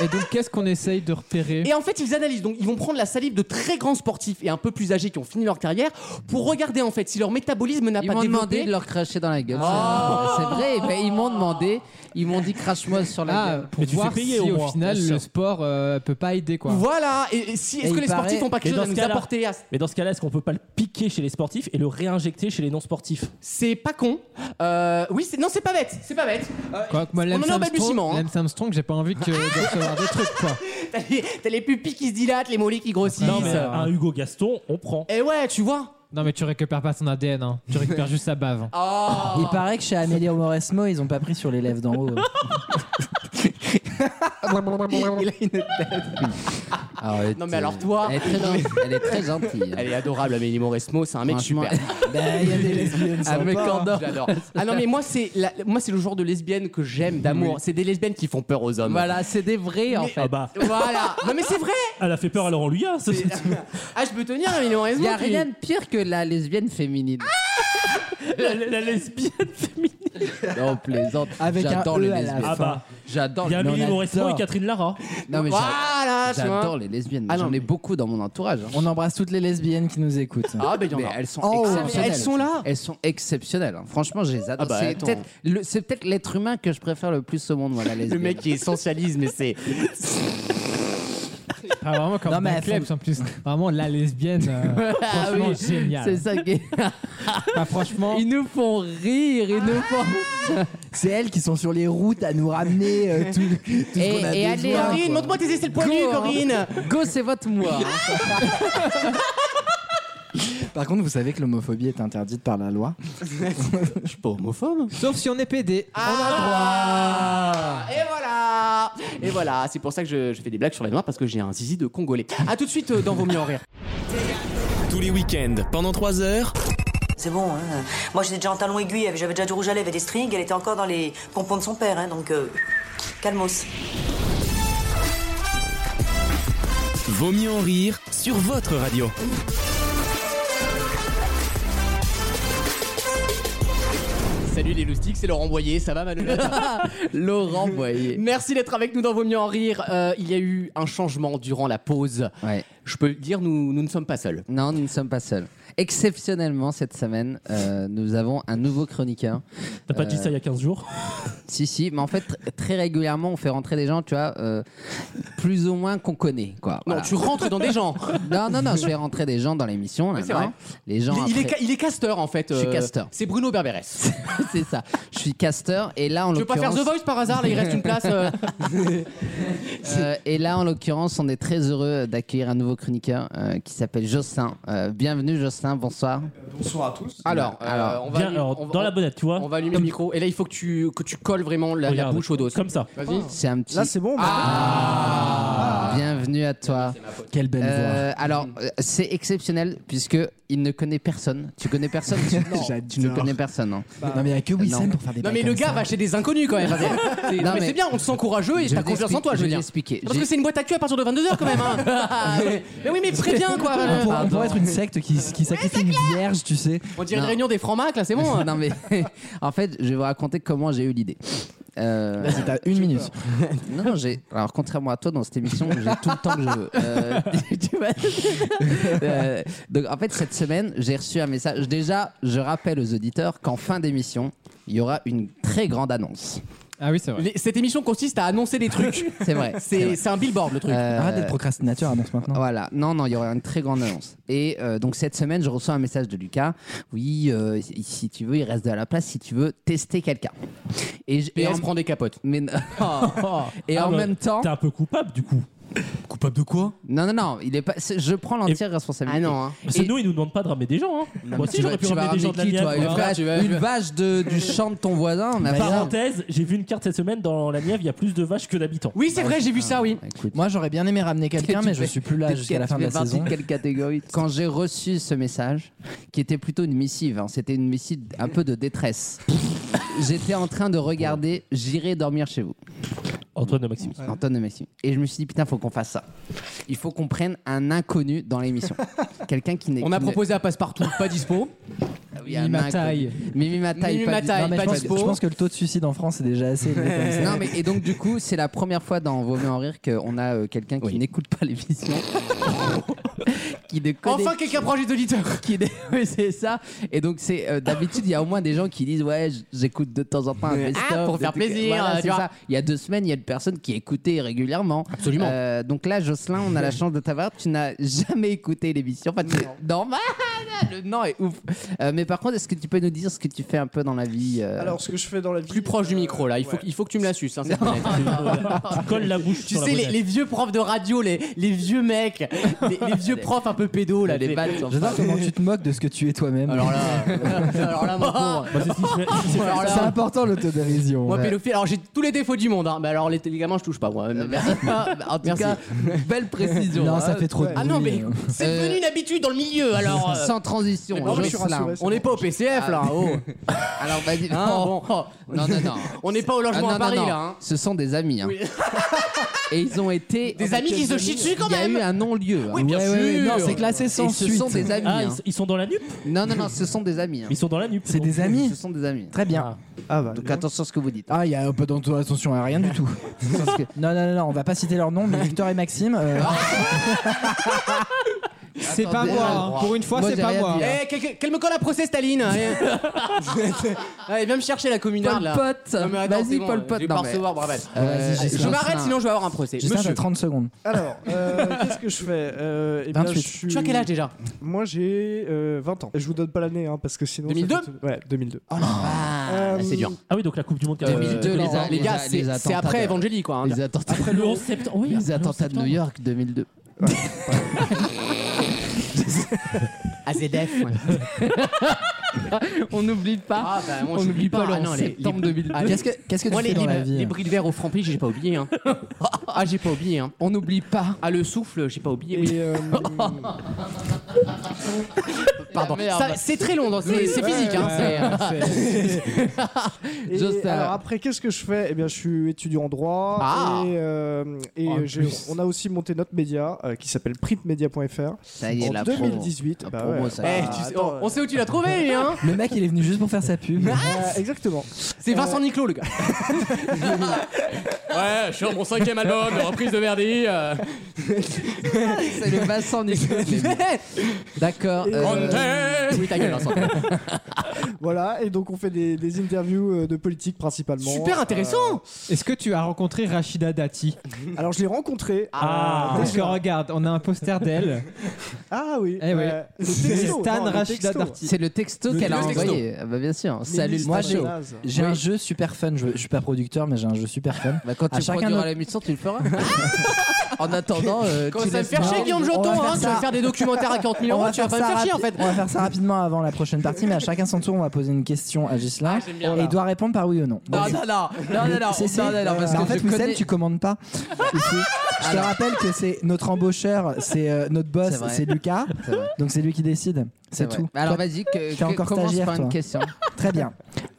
S6: et donc, qu'est-ce qu'on essaye de repérer
S2: Et en fait, ils analysent. Donc, ils vont prendre la salive de très grands sportifs et un peu plus âgés qui ont fini leur carrière pour regarder en fait si leur métabolisme n'a
S5: Ils
S2: pas
S5: m'ont demandé
S2: développé.
S5: de leur cracher dans la gueule.
S2: Oh.
S5: C'est vrai, ben, ils m'ont demandé, ils m'ont dit crache-moi sur la
S6: Ah,
S5: gueule.
S6: pour
S5: Mais tu
S6: voir
S5: fais payer
S6: si
S5: au
S6: au
S5: moins,
S6: final
S5: bien sûr.
S6: le sport euh, peut pas aider quoi.
S2: Voilà. Et, et si, est-ce
S4: Et
S2: que
S4: il
S2: les sportifs
S4: paraît-
S2: n'ont pas quelque
S10: Mais
S2: chose
S10: dans
S2: à
S10: ce
S2: nous
S10: cas-là-
S2: apporter à-
S10: Mais dans ce cas-là, est-ce qu'on peut pas le piquer chez les sportifs et le réinjecter chez les non-sportifs
S2: C'est pas con. Euh, oui, c'est- non, c'est pas bête. C'est pas bête. Euh,
S6: Quoique moi,
S2: en
S6: Lance
S2: est au
S6: Armstrong,
S2: balbutiement, hein.
S6: Lance Armstrong, j'ai pas envie que, de recevoir des trucs quoi.
S2: T'as les, t'as les pupilles qui se dilatent, les mollets qui grossissent.
S10: Non, mais euh, un Hugo Gaston, on prend.
S2: Et ouais, tu vois.
S6: Non mais tu récupères pas son ADN, hein. tu récupères juste sa bave.
S2: Ah.
S4: Il paraît que chez Amélie Mauresmo, ils ont pas pris sur l'élève d'en haut.
S2: Il a une tête. Non, mais alors toi.
S5: Elle est très gentille. Elle est très gentille. hein.
S2: Elle est adorable, Amélie Mauresmo, c'est un mec
S5: Franchement,
S2: super.
S4: Ben, Il y a des lesbiennes
S5: Un
S10: hein.
S5: mec
S4: sympas.
S5: en or.
S2: J'adore. Ah non, mais moi, c'est la- moi, c'est le genre de lesbienne que j'aime d'amour. C'est des lesbiennes qui font peur aux hommes.
S5: Voilà, c'est des vrais en fait.
S10: Ah bah,
S2: Voilà. Non, mais c'est vrai.
S10: elle a fait peur à Laurent Luya. ça, c'est-
S2: Ah, je peux tenir, Amélie Mauresmo.
S5: Il n'y a
S2: tu-
S5: rien de pire que la lesbienne féminine.
S10: la, la- la lesbienne féminine.
S5: Non, plaisante.
S4: Avec un
S5: J'adore
S4: E
S5: les
S4: à la
S5: lesbiennes.
S10: Ah bah,
S5: J'adore
S10: il y a
S5: mais on
S10: Amélie
S5: a-
S10: Mauresmo et Catherine Lara.
S5: Non, mais j'a-
S2: Voilà, tu vois.
S5: j'adore les lesbiennes.
S2: Ah non,
S5: J'en
S2: mais-
S5: ai beaucoup dans mon entourage. hein.
S4: On embrasse toutes les lesbiennes qui nous écoutent.
S2: Ah, ben, il y en
S5: Mais
S2: a.
S5: elles sont
S4: Oh,
S5: exceptionnelles.
S2: elles sont là.
S5: Elles sont exceptionnelles. hein. Franchement, je les adore.
S2: Ah bah,
S5: c'est
S2: attends.
S5: peut-être le- c'est peut-être l'être humain que je préfère le plus au monde, moi, la
S2: Le
S5: lesbienne.
S2: mec qui essentialise, mais c'est.
S6: Ah, vraiment comme
S4: Non, mais
S6: la
S4: elles font-
S6: en plus. Vraiment la lesbienne, euh, franchement
S5: Ah oui. C'est
S6: génial.
S5: ça qui est-
S6: Ah, franchement,
S5: Ils nous font rire, ils nous font.
S4: Ah, C'est elles qui sont sur les routes à nous ramener euh, tout, tout
S5: Et-
S4: ce qu'on a
S5: et
S4: besoin.
S5: allez,
S4: quoi.
S2: Corinne, montre-moi tes aisselles poilues,
S5: Go, hein.
S2: Corinne.
S5: Go, c'est votre moi. hein.
S4: Par contre, vous savez que l'homophobie est interdite par la loi.
S2: Je suis pas homophobe.
S6: sauf si on est PD.
S2: Ah, Et voilà. Et voilà. C'est pour ça que je, je fais des blagues sur les noirs parce que j'ai un zizi de congolais. À tout de suite euh, dans Vos mieux en rire.
S1: Tous les week-ends, pendant 3 heures,
S9: C'est bon, hein. Moi, j'étais déjà en talon aiguille, j'avais déjà du rouge à lèvres et des strings, elle était encore dans les pompons de son père, hein, donc euh, calmos.
S1: Vaut mieux en rire sur votre radio.
S2: Salut les loustiques, c'est Laurent Boyer. Ça va, Manon
S5: Laurent Boyer.
S2: Merci d'être avec nous dans Vos mieux en rire. Euh, il y a eu un changement durant la pause.
S5: Ouais.
S2: Je peux le dire, nous, nous ne sommes pas seuls.
S5: Non, nous ne sommes pas seuls. Exceptionnellement, cette semaine, euh, nous avons un nouveau chroniqueur.
S10: T'as pas dit ça il y a 15 jours
S5: Si, si, mais en fait, tr- très régulièrement, on fait rentrer des gens, tu vois, euh, plus ou moins qu'on connaît, quoi.
S2: Non,
S5: Voilà.
S2: tu rentres dans des gens.
S5: Non, non, non, je fais rentrer des gens dans l'émission, là,
S2: Oui, c'est
S5: non
S2: vrai.
S5: Les gens.
S2: Il, est- il est,
S5: après-
S2: ca- il est casteur en fait.
S5: Je suis
S2: euh,
S5: casteur.
S2: C'est Bruno Berberès.
S5: C'est ça. Je suis casteur, et là, en
S2: Tu veux pas faire
S5: l'occurrence.
S2: The Voice par hasard Là, il reste une place. euh,
S5: euh, et là, en l'occurrence, on est très heureux euh, d'accueillir un nouveau chroniqueur euh, qui s'appelle Jocelyn. Euh, bienvenue, Jocelyn, bonsoir.
S11: Bonsoir à tous.
S2: Alors, euh,
S5: Alors,
S2: on va,
S10: Bien,
S2: allumer-
S10: alors,
S2: on va-
S10: dans la bonnette, tu vois.
S2: on va allumer le micro. Et là, il faut que tu, que tu colles vraiment la, la
S10: Regarde,
S2: bouche au dos.
S10: Comme ça.
S2: Vas-y.
S5: C'est un petit.
S11: Là, c'est bon.
S2: bah.
S5: Bienvenue à toi.
S4: Quelle belle voix.
S5: Euh, alors, euh, c'est exceptionnel puisque il ne connaît personne. Tu connais personne Tu,
S4: J'adore.
S5: tu ne connais personne, non
S4: Ah, non, mais il n'y a que Wissem
S5: non.
S4: pour faire des
S2: Non, mais
S4: blagues
S2: le gars
S4: comme ça.
S2: va chez des inconnus quand même. C'est- non,
S5: Non,
S2: mais
S5: mais-
S2: c'est bien, on te sent courageux et
S5: Je
S2: t'as
S5: vais
S2: confiance en
S5: t'expliquer-
S2: toi, je
S5: je
S2: veux
S5: vais
S2: dire.
S5: t'expliquer.
S2: Parce que
S5: J'ai-
S2: c'est une boîte à cul à partir de 22h quand même. hein. mais oui, mais préviens quoi.
S4: On pourrait- on
S5: Pardon.
S4: pourrait être une secte qui, qui sacrifie une vierge, tu sais.
S2: On dirait une
S5: Non.
S2: réunion des francs-macs là, c'est bon. hein.
S5: non mais en fait, je vais vous raconter comment j'ai eu l'idée. Euh,
S4: Vas-y, t'as une minute.
S5: non, non, j'ai. Alors, contrairement à toi, dans cette émission, j'ai tout le temps que je veux. Euh, tu vois Euh, Donc, en fait, cette semaine, j'ai reçu un message. Déjà, je rappelle aux auditeurs qu'en fin d'émission, il y aura une très grande annonce.
S6: Ah oui, c'est vrai.
S2: Les- Cette émission consiste à annoncer des trucs.
S5: C'est vrai.
S2: C'est c'est un billboard le truc.
S5: Euh,
S4: Arrête d'être procrastinateur, annonce
S2: Hein.
S4: maintenant.
S5: Voilà, non, non, il y aura une très grande annonce. Et euh, donc cette semaine, je reçois un message de Lucas. Oui, euh, si- si tu veux, il reste de la place si tu veux tester quelqu'un. Et, je- et
S2: PS
S5: en,
S2: prend des capotes.
S5: mais- et
S10: Ah,
S5: en même temps,
S10: T'es un peu coupable du coup.
S1: Coupable de quoi
S5: non, non, non, il est pas. c'est- Je prends l'entière responsabilité.
S2: Ah non, hein.
S10: Parce que
S5: Et-
S10: nous, ils nous demandent pas de ramener des gens. Hein. Moi aussi,
S5: Tu vas-
S10: j'aurais pu
S5: tu vas
S10: ramener des gens de la
S5: qui, toi,
S10: Nièvre.
S5: une,
S10: hein.
S5: vache,
S2: tu vas- tu
S5: une
S2: vas-
S5: vache de- du champ de ton voisin
S10: Bah,
S5: on a pas-
S10: Parenthèse, j'ai vu une carte cette semaine dans la Nièvre, il y a plus de vaches que d'habitants.
S2: Oui, c'est vrai, j'ai vu ça, oui.
S5: Écoute,
S4: Moi, j'aurais bien aimé ramener quelqu'un,
S5: Tu
S4: mais je
S5: fais-
S4: suis plus là
S5: t'es-
S4: jusqu'à la
S5: tu
S4: fin de la
S5: fais partie
S4: saison.
S5: quelle catégorie Quand j'ai reçu ce message, qui était plutôt une missive, hein, c'était une missive un peu de détresse. J'étais en train de regarder J'irai dormir chez vous,
S10: Antoine de Maximus.
S5: Antoine de Maxime. Et je me suis dit, putain, faut qu'on fasse ça. Il faut qu'on prenne un inconnu dans l'émission. Quelqu'un qui n'est
S2: On a
S5: qui ne-
S2: proposé à Passepartout, pas dispo.
S5: Ah oui, un
S6: Mimi
S5: inconnu.
S6: Mataille.
S5: Mimi Mataille,
S2: Mimi
S5: pas, dis-
S2: Mataille,
S5: non, mais
S2: pas
S5: je pense-
S4: Je pense que le taux de suicide en France est déjà assez élevé comme ça.
S5: Non mais et donc du coup c'est la première fois dans Vaut mieux en rire qu'on a euh, quelqu'un qui n'écoute pas l'émission, qui ne connaît
S2: Enfin, quelqu'un proche des auditeurs.
S5: qui dé- oui, c'est ça. Et donc c'est euh, d'habitude il y a au moins des gens qui disent ouais j- j'écoute de temps en temps un
S2: Ah,
S5: best-of
S2: pour
S5: des
S2: faire
S5: trucs.
S2: plaisir,
S5: Voilà,
S2: euh,
S5: c'est
S2: tu
S5: ça.
S2: vois.
S5: Il y a deux semaines il y a une personne qui écoutait régulièrement.
S2: Absolument.
S5: Euh, donc là Jocelyn on a la chance de t'avoir. Tu n'as jamais écouté l'émission. Enfin tu- normal. Le nom est ouf. Euh, mais par contre est-ce que tu peux nous dire ce que tu fais un peu dans la vie euh,
S11: Alors, ce que je fais dans la vie.
S2: Plus proche du
S11: euh,
S2: micro, là. Il faut,
S11: ouais.
S2: il faut que tu me la suces. hein, cette bonnette.
S10: Tu colles la bouche
S2: tu
S10: sur
S2: sais,
S10: la
S2: les,
S10: bonnette.
S2: les vieux profs de radio, les, les vieux mecs, les, les vieux profs un peu pédos, là, les vannes. sont-
S4: J'adore comment tu te moques de ce que tu es toi-même.
S2: Alors là, alors là, mon pauvre.
S10: Bah, c'est ce qui se fait- c'est ce qui se fait.
S2: Alors
S4: C'est
S2: là,
S4: important l'autodérision.
S2: moi,
S4: Ouais.
S2: pédophile, alors j'ai tous les défauts du monde, hein. mais alors les, les gamins, je touche pas, moi.
S5: euh, merci. en tout
S2: Merci.
S5: cas Euh, belle précision.
S4: Non,
S5: hein.
S4: ça fait trop de
S2: Ah non,
S4: bruit. hein.
S2: mais c'est devenu une habitude dans le milieu, alors. euh,
S5: sans transition.
S11: Mais non, mais je suis
S5: Jocelyn.
S11: rassuré, c'est
S2: on n'est pas au PCF, là. oh.
S5: Alors vas-y.
S2: Hein,
S5: Oh,
S2: bon.
S5: Non non non.
S2: On n'est pas au
S5: Ah,
S2: logement
S5: non,
S2: à
S5: non,
S2: Paris,
S5: non.
S2: là. hein.
S5: Ce sont des amis. hein.
S2: Oui.
S5: Et ils ont été.
S2: Des amis qui se chient dessus, quand
S5: Il y
S2: même.
S5: a eu un non-lieu. hein.
S2: Oui, bien
S4: Ouais, ouais, ouais.
S2: sûr.
S4: Non, c'est classé
S5: Et
S4: sans
S5: ce
S4: suite.
S5: sont des amis.
S10: Ah,
S5: hein.
S10: ils, ils sont dans la nupe
S5: Non, non, non, ce sont des amis. hein.
S10: Ils sont dans la nupe.
S4: C'est des amis.
S5: Ce sont des amis.
S4: Très bien.
S11: Ah, bah.
S5: Donc attention à ce que vous dites.
S4: Ah, il y a un peu d'attention à rien du tout.
S5: Parce que-
S4: Non, non, non, non, on va pas citer leur nom, mais Victor et Maxime. euh,
S3: C'est pas
S5: Attendez,
S3: moi.
S5: j'ai le
S3: hein.
S5: droit.
S3: Pour une fois,
S5: Moi,
S3: c'est
S5: j'ai
S3: pas
S5: rien
S3: moi.
S5: dit, hein.
S2: Eh, quel- quel me colle à procès, Staline Allez, Allez, viens me chercher la communarde,
S5: Paul
S2: là.
S5: Pot.
S2: Non, mais attends,
S5: Vas-y,
S2: c'est bon,
S5: Paul Pot.
S2: Je vais
S5: Non,
S2: pas
S5: mais-
S2: recevoir, Brabant.
S5: Euh,
S4: Vas-y,
S2: Je
S4: Justin.
S2: m'arrête, sinon je vais avoir un procès.
S4: Justin, t'as
S2: Monsieur,
S4: 30 secondes.
S11: Alors, euh, qu'est-ce que je fais Euh, eh bien,
S4: 28.
S11: je suis-
S2: tu as quel âge déjà
S11: Moi, j'ai euh, 20 ans. Et je vous donne pas l'année, hein, parce que sinon. ça
S2: 2002?
S11: fait- Ouais, 2002.
S2: Ah,
S11: Euh,
S2: c'est dur.
S10: Ah oui, donc la Coupe du Monde. qui a-
S5: 2002, les, a-
S2: Les gars,
S5: a-
S2: c'est c'est
S5: attentats
S2: après
S5: de-
S2: Evangélie, quoi. hein.
S5: Les attentats,
S10: Après le 11 septembre. Oui, Bah,
S5: les attentats de New York 2002.
S2: AZF. ouais.
S5: On n'oublie pas.
S2: Ah, bah, moi,
S5: on
S2: j'oublie
S5: n'oublie pas,
S2: pas.
S5: le
S2: Ah, non,
S5: 11
S2: les-
S5: septembre
S2: les-
S5: 2002.
S2: Ah,
S4: Qu'est-ce que, qu'est-ce que tu
S2: Moi,
S4: fais
S2: les,
S4: dans la
S2: les-
S4: vie
S2: les
S4: hein
S2: bris de verre au Franprix, j'ai pas oublié. hein. Ah, j'ai pas oublié. hein.
S5: On n'oublie pas.
S2: Ah, le souffle, j'ai pas oublié. oui.
S11: Et, euh,
S2: Pardon.
S5: merde.
S2: Ça, C'est très long, donc c'est c'est
S11: Ouais,
S2: physique. hein, c'est-
S11: et
S5: Just, euh,
S11: alors après, qu'est-ce que je fais Eh bien, je suis étudiant en droit.
S2: Ah.
S11: Et, euh,
S6: Oh,
S11: et
S2: En
S11: j'ai-
S2: plus.
S11: on a aussi monté notre média euh, qui s'appelle printmedia.fr.
S5: Ça y est,
S11: en
S5: la promo.
S11: 2018.
S5: La
S11: bah
S5: promo,
S11: ouais.
S5: ça y est.
S2: Eh, tu sais, on on sait où tu l'as trouvé, lui, hein
S4: Le mec, il est venu juste pour faire sa pub.
S11: Euh, exactement.
S2: C'est Vincent Niclot, le gars. ouais, je suis sur mon cinquième album, reprise de Verdi. euh.
S5: C'est le bassin du D'accord. euh,
S2: Oui, ta gueule, Vincent.
S11: Voilà, et donc on fait des, des interviews euh, de politique principalement.
S2: Super intéressant
S6: Est-ce que tu as rencontré Rachida Dati
S11: Euh, alors je l'ai rencontré.
S6: Ah, parce que regarde, on a un poster d'elle.
S11: Ah oui.
S6: Eh
S11: ouais. Le
S6: oui. C'est
S11: texto,
S6: Stan
S11: non, le
S6: Rachida
S11: texto.
S6: Darty.
S5: c'est le texto qu'elle a
S2: le texto.
S5: envoyé. Ah bah bien sûr. Salut.
S11: Ministre
S4: Moi,
S11: des
S4: j'ai-
S11: Nazes.
S4: J'ai un jeu super fun. Je, je suis pas producteur, mais j'ai un jeu super fun.
S5: Bah, quand
S4: À
S5: tu
S4: chacun
S5: produiras
S4: notre-
S5: l'émission, tu le feras. en attendant, euh,
S2: Comment
S5: tu
S2: ça va me
S5: laisses
S2: faire
S5: pas-
S2: chier, Guillaume
S4: on va
S2: Joton
S4: faire
S2: hein, Tu
S4: ça.
S2: vas faire des documentaires à 40 000 euros, tu vas pas me faire
S4: rapi-
S2: chier, en fait
S4: on va faire ça rapidement avant la prochaine partie, mais à chacun son tour, on va poser une question à Gislain
S2: j'aime
S4: et
S2: bien.
S4: il doit répondre par oui ou non.
S5: Non, non, non, non, non, non,
S4: C'est- c'est-
S5: non, non, non, parce
S4: Mais
S5: que
S4: en fait,
S5: je
S4: Wissem,
S5: connais-
S4: tu commandes pas. Ici. Je te rappelle que c'est notre embaucheur, c'est euh, notre boss,
S5: C'est vrai.
S4: c'est Lucas.
S5: C'est vrai,
S4: Donc c'est lui qui décide. C'est
S5: vrai.
S4: tout.
S5: Alors
S4: Toi,
S5: vas-y, que,
S4: t'es
S5: que-
S4: encore
S5: commence
S4: stagiaire,
S5: par une
S4: toi.
S5: question.
S4: Très bien.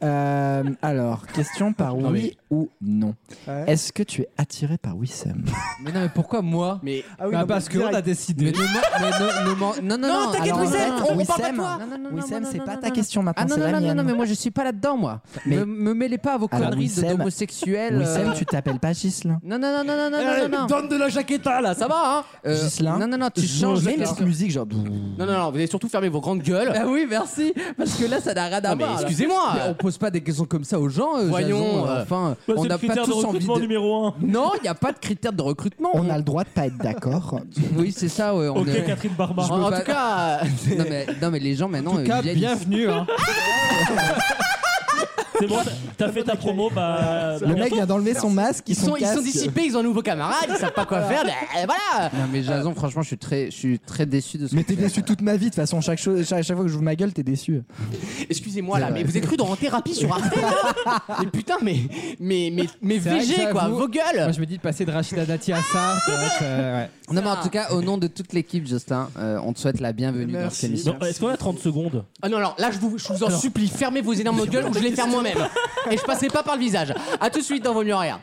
S4: Euh, alors, question par
S5: Non,
S4: oui ou non.
S11: Ouais.
S4: Est-ce que tu es attiré par Wissem
S5: Mais non, mais pourquoi moi
S2: Mais
S11: Ah
S5: Bah,
S11: oui, non, mais
S6: parce qu'on
S11: direct.
S6: a décidé.
S5: Mais ne m'en- mais ne- ne m'en- non, non, non,
S4: t'inquiète, Wissem,
S5: alors, non,
S4: on
S5: non,
S4: parle pas de
S5: Wissem,
S4: toi.
S5: non, non, non, non,
S4: Wissem,
S5: non,
S4: c'est
S5: non,
S4: pas
S5: non,
S4: ta
S5: non.
S4: question maintenant,
S5: Ah non,
S4: c'est
S5: non,
S4: la
S5: non, non,
S4: mienne.
S5: non, mais moi je suis pas là-dedans, moi.
S4: Mais-
S5: Me, me mêlez pas à vos
S4: Alors,
S5: conneries de-
S4: Wissem-
S5: d'homosexuels. euh,
S4: Wissem, tu t'appelles pas Gislin
S5: Non, non, non, non, non, non, non, non.
S2: Donne de la jaquetta là, ça va hein
S5: Euh,
S4: Ghislain,
S5: Non, non, non, tu changes.
S4: Mets une
S5: de-
S4: petite musique, genre.
S2: Non, non, non, vous allez surtout fermer vos grandes gueules.
S5: Bah oui, merci, parce que là, ça n'a rien à
S2: Non,
S5: voir.
S2: mais
S5: là.
S2: excusez-moi.
S5: Mais On pose pas des questions comme ça aux gens. euh,
S2: Voyons,
S5: Jason, euh,
S2: euh,
S5: Enfin, on n'a pas tous envie. de-
S10: numéro 1.
S5: Non, il n'y a pas de critère de recrutement.
S4: On a le droit de pas être d'accord.
S5: Oui, c'est ça. Ouais, on
S10: Ok,
S5: est-
S10: Catherine Barba.
S5: Je
S2: En,
S5: me
S2: en
S5: bats-
S2: tout cas,
S5: Non mais, non, mais les gens maintenant.
S6: En tout cas,
S5: euh, viennent-
S6: bienvenue. hein.
S10: C'est bon, t'as- t'as fait ta promo, bah.
S4: Le mec vient d'enlever son masque,
S2: ils sont, ils sont
S4: casque.
S2: dissipés, ils ont un nouveau camarade, ils savent pas quoi faire. mais, euh, voilà.
S5: Non mais Jason, franchement, je suis très, je suis très déçu de ce.
S4: Mais
S5: que
S4: t'es
S5: tu as
S4: déçu
S5: fait.
S4: toute ma vie, de toute façon, chaque, chose, chaque, chaque fois que je vous ma gueule, t'es déçu.
S2: Excusez-moi là,
S5: C'est
S2: mais
S5: vrai.
S2: vous êtes cru dans en thérapie sur Arte là Mais putain, mais mais mais mais
S6: C'est vrai que
S2: VG
S6: ça,
S2: quoi,
S6: vous-
S2: vos
S6: Moi,
S2: gueules.
S6: je me dis de passer de Rachida Dati à ça. c'est vrai que, euh, ouais.
S5: Non mais en tout cas, au nom de toute l'équipe, Justin, euh, on te souhaite la bienvenue dans cette émission.
S10: Non, Est-ce qu'on a 30 secondes
S2: Ah non, alors là, je vous, je vous en supplie, fermez vos énormes gueules ou je les ferme moi-même. Et je passerai pas par le visage. À tout de suite dans Vos mieux en rire.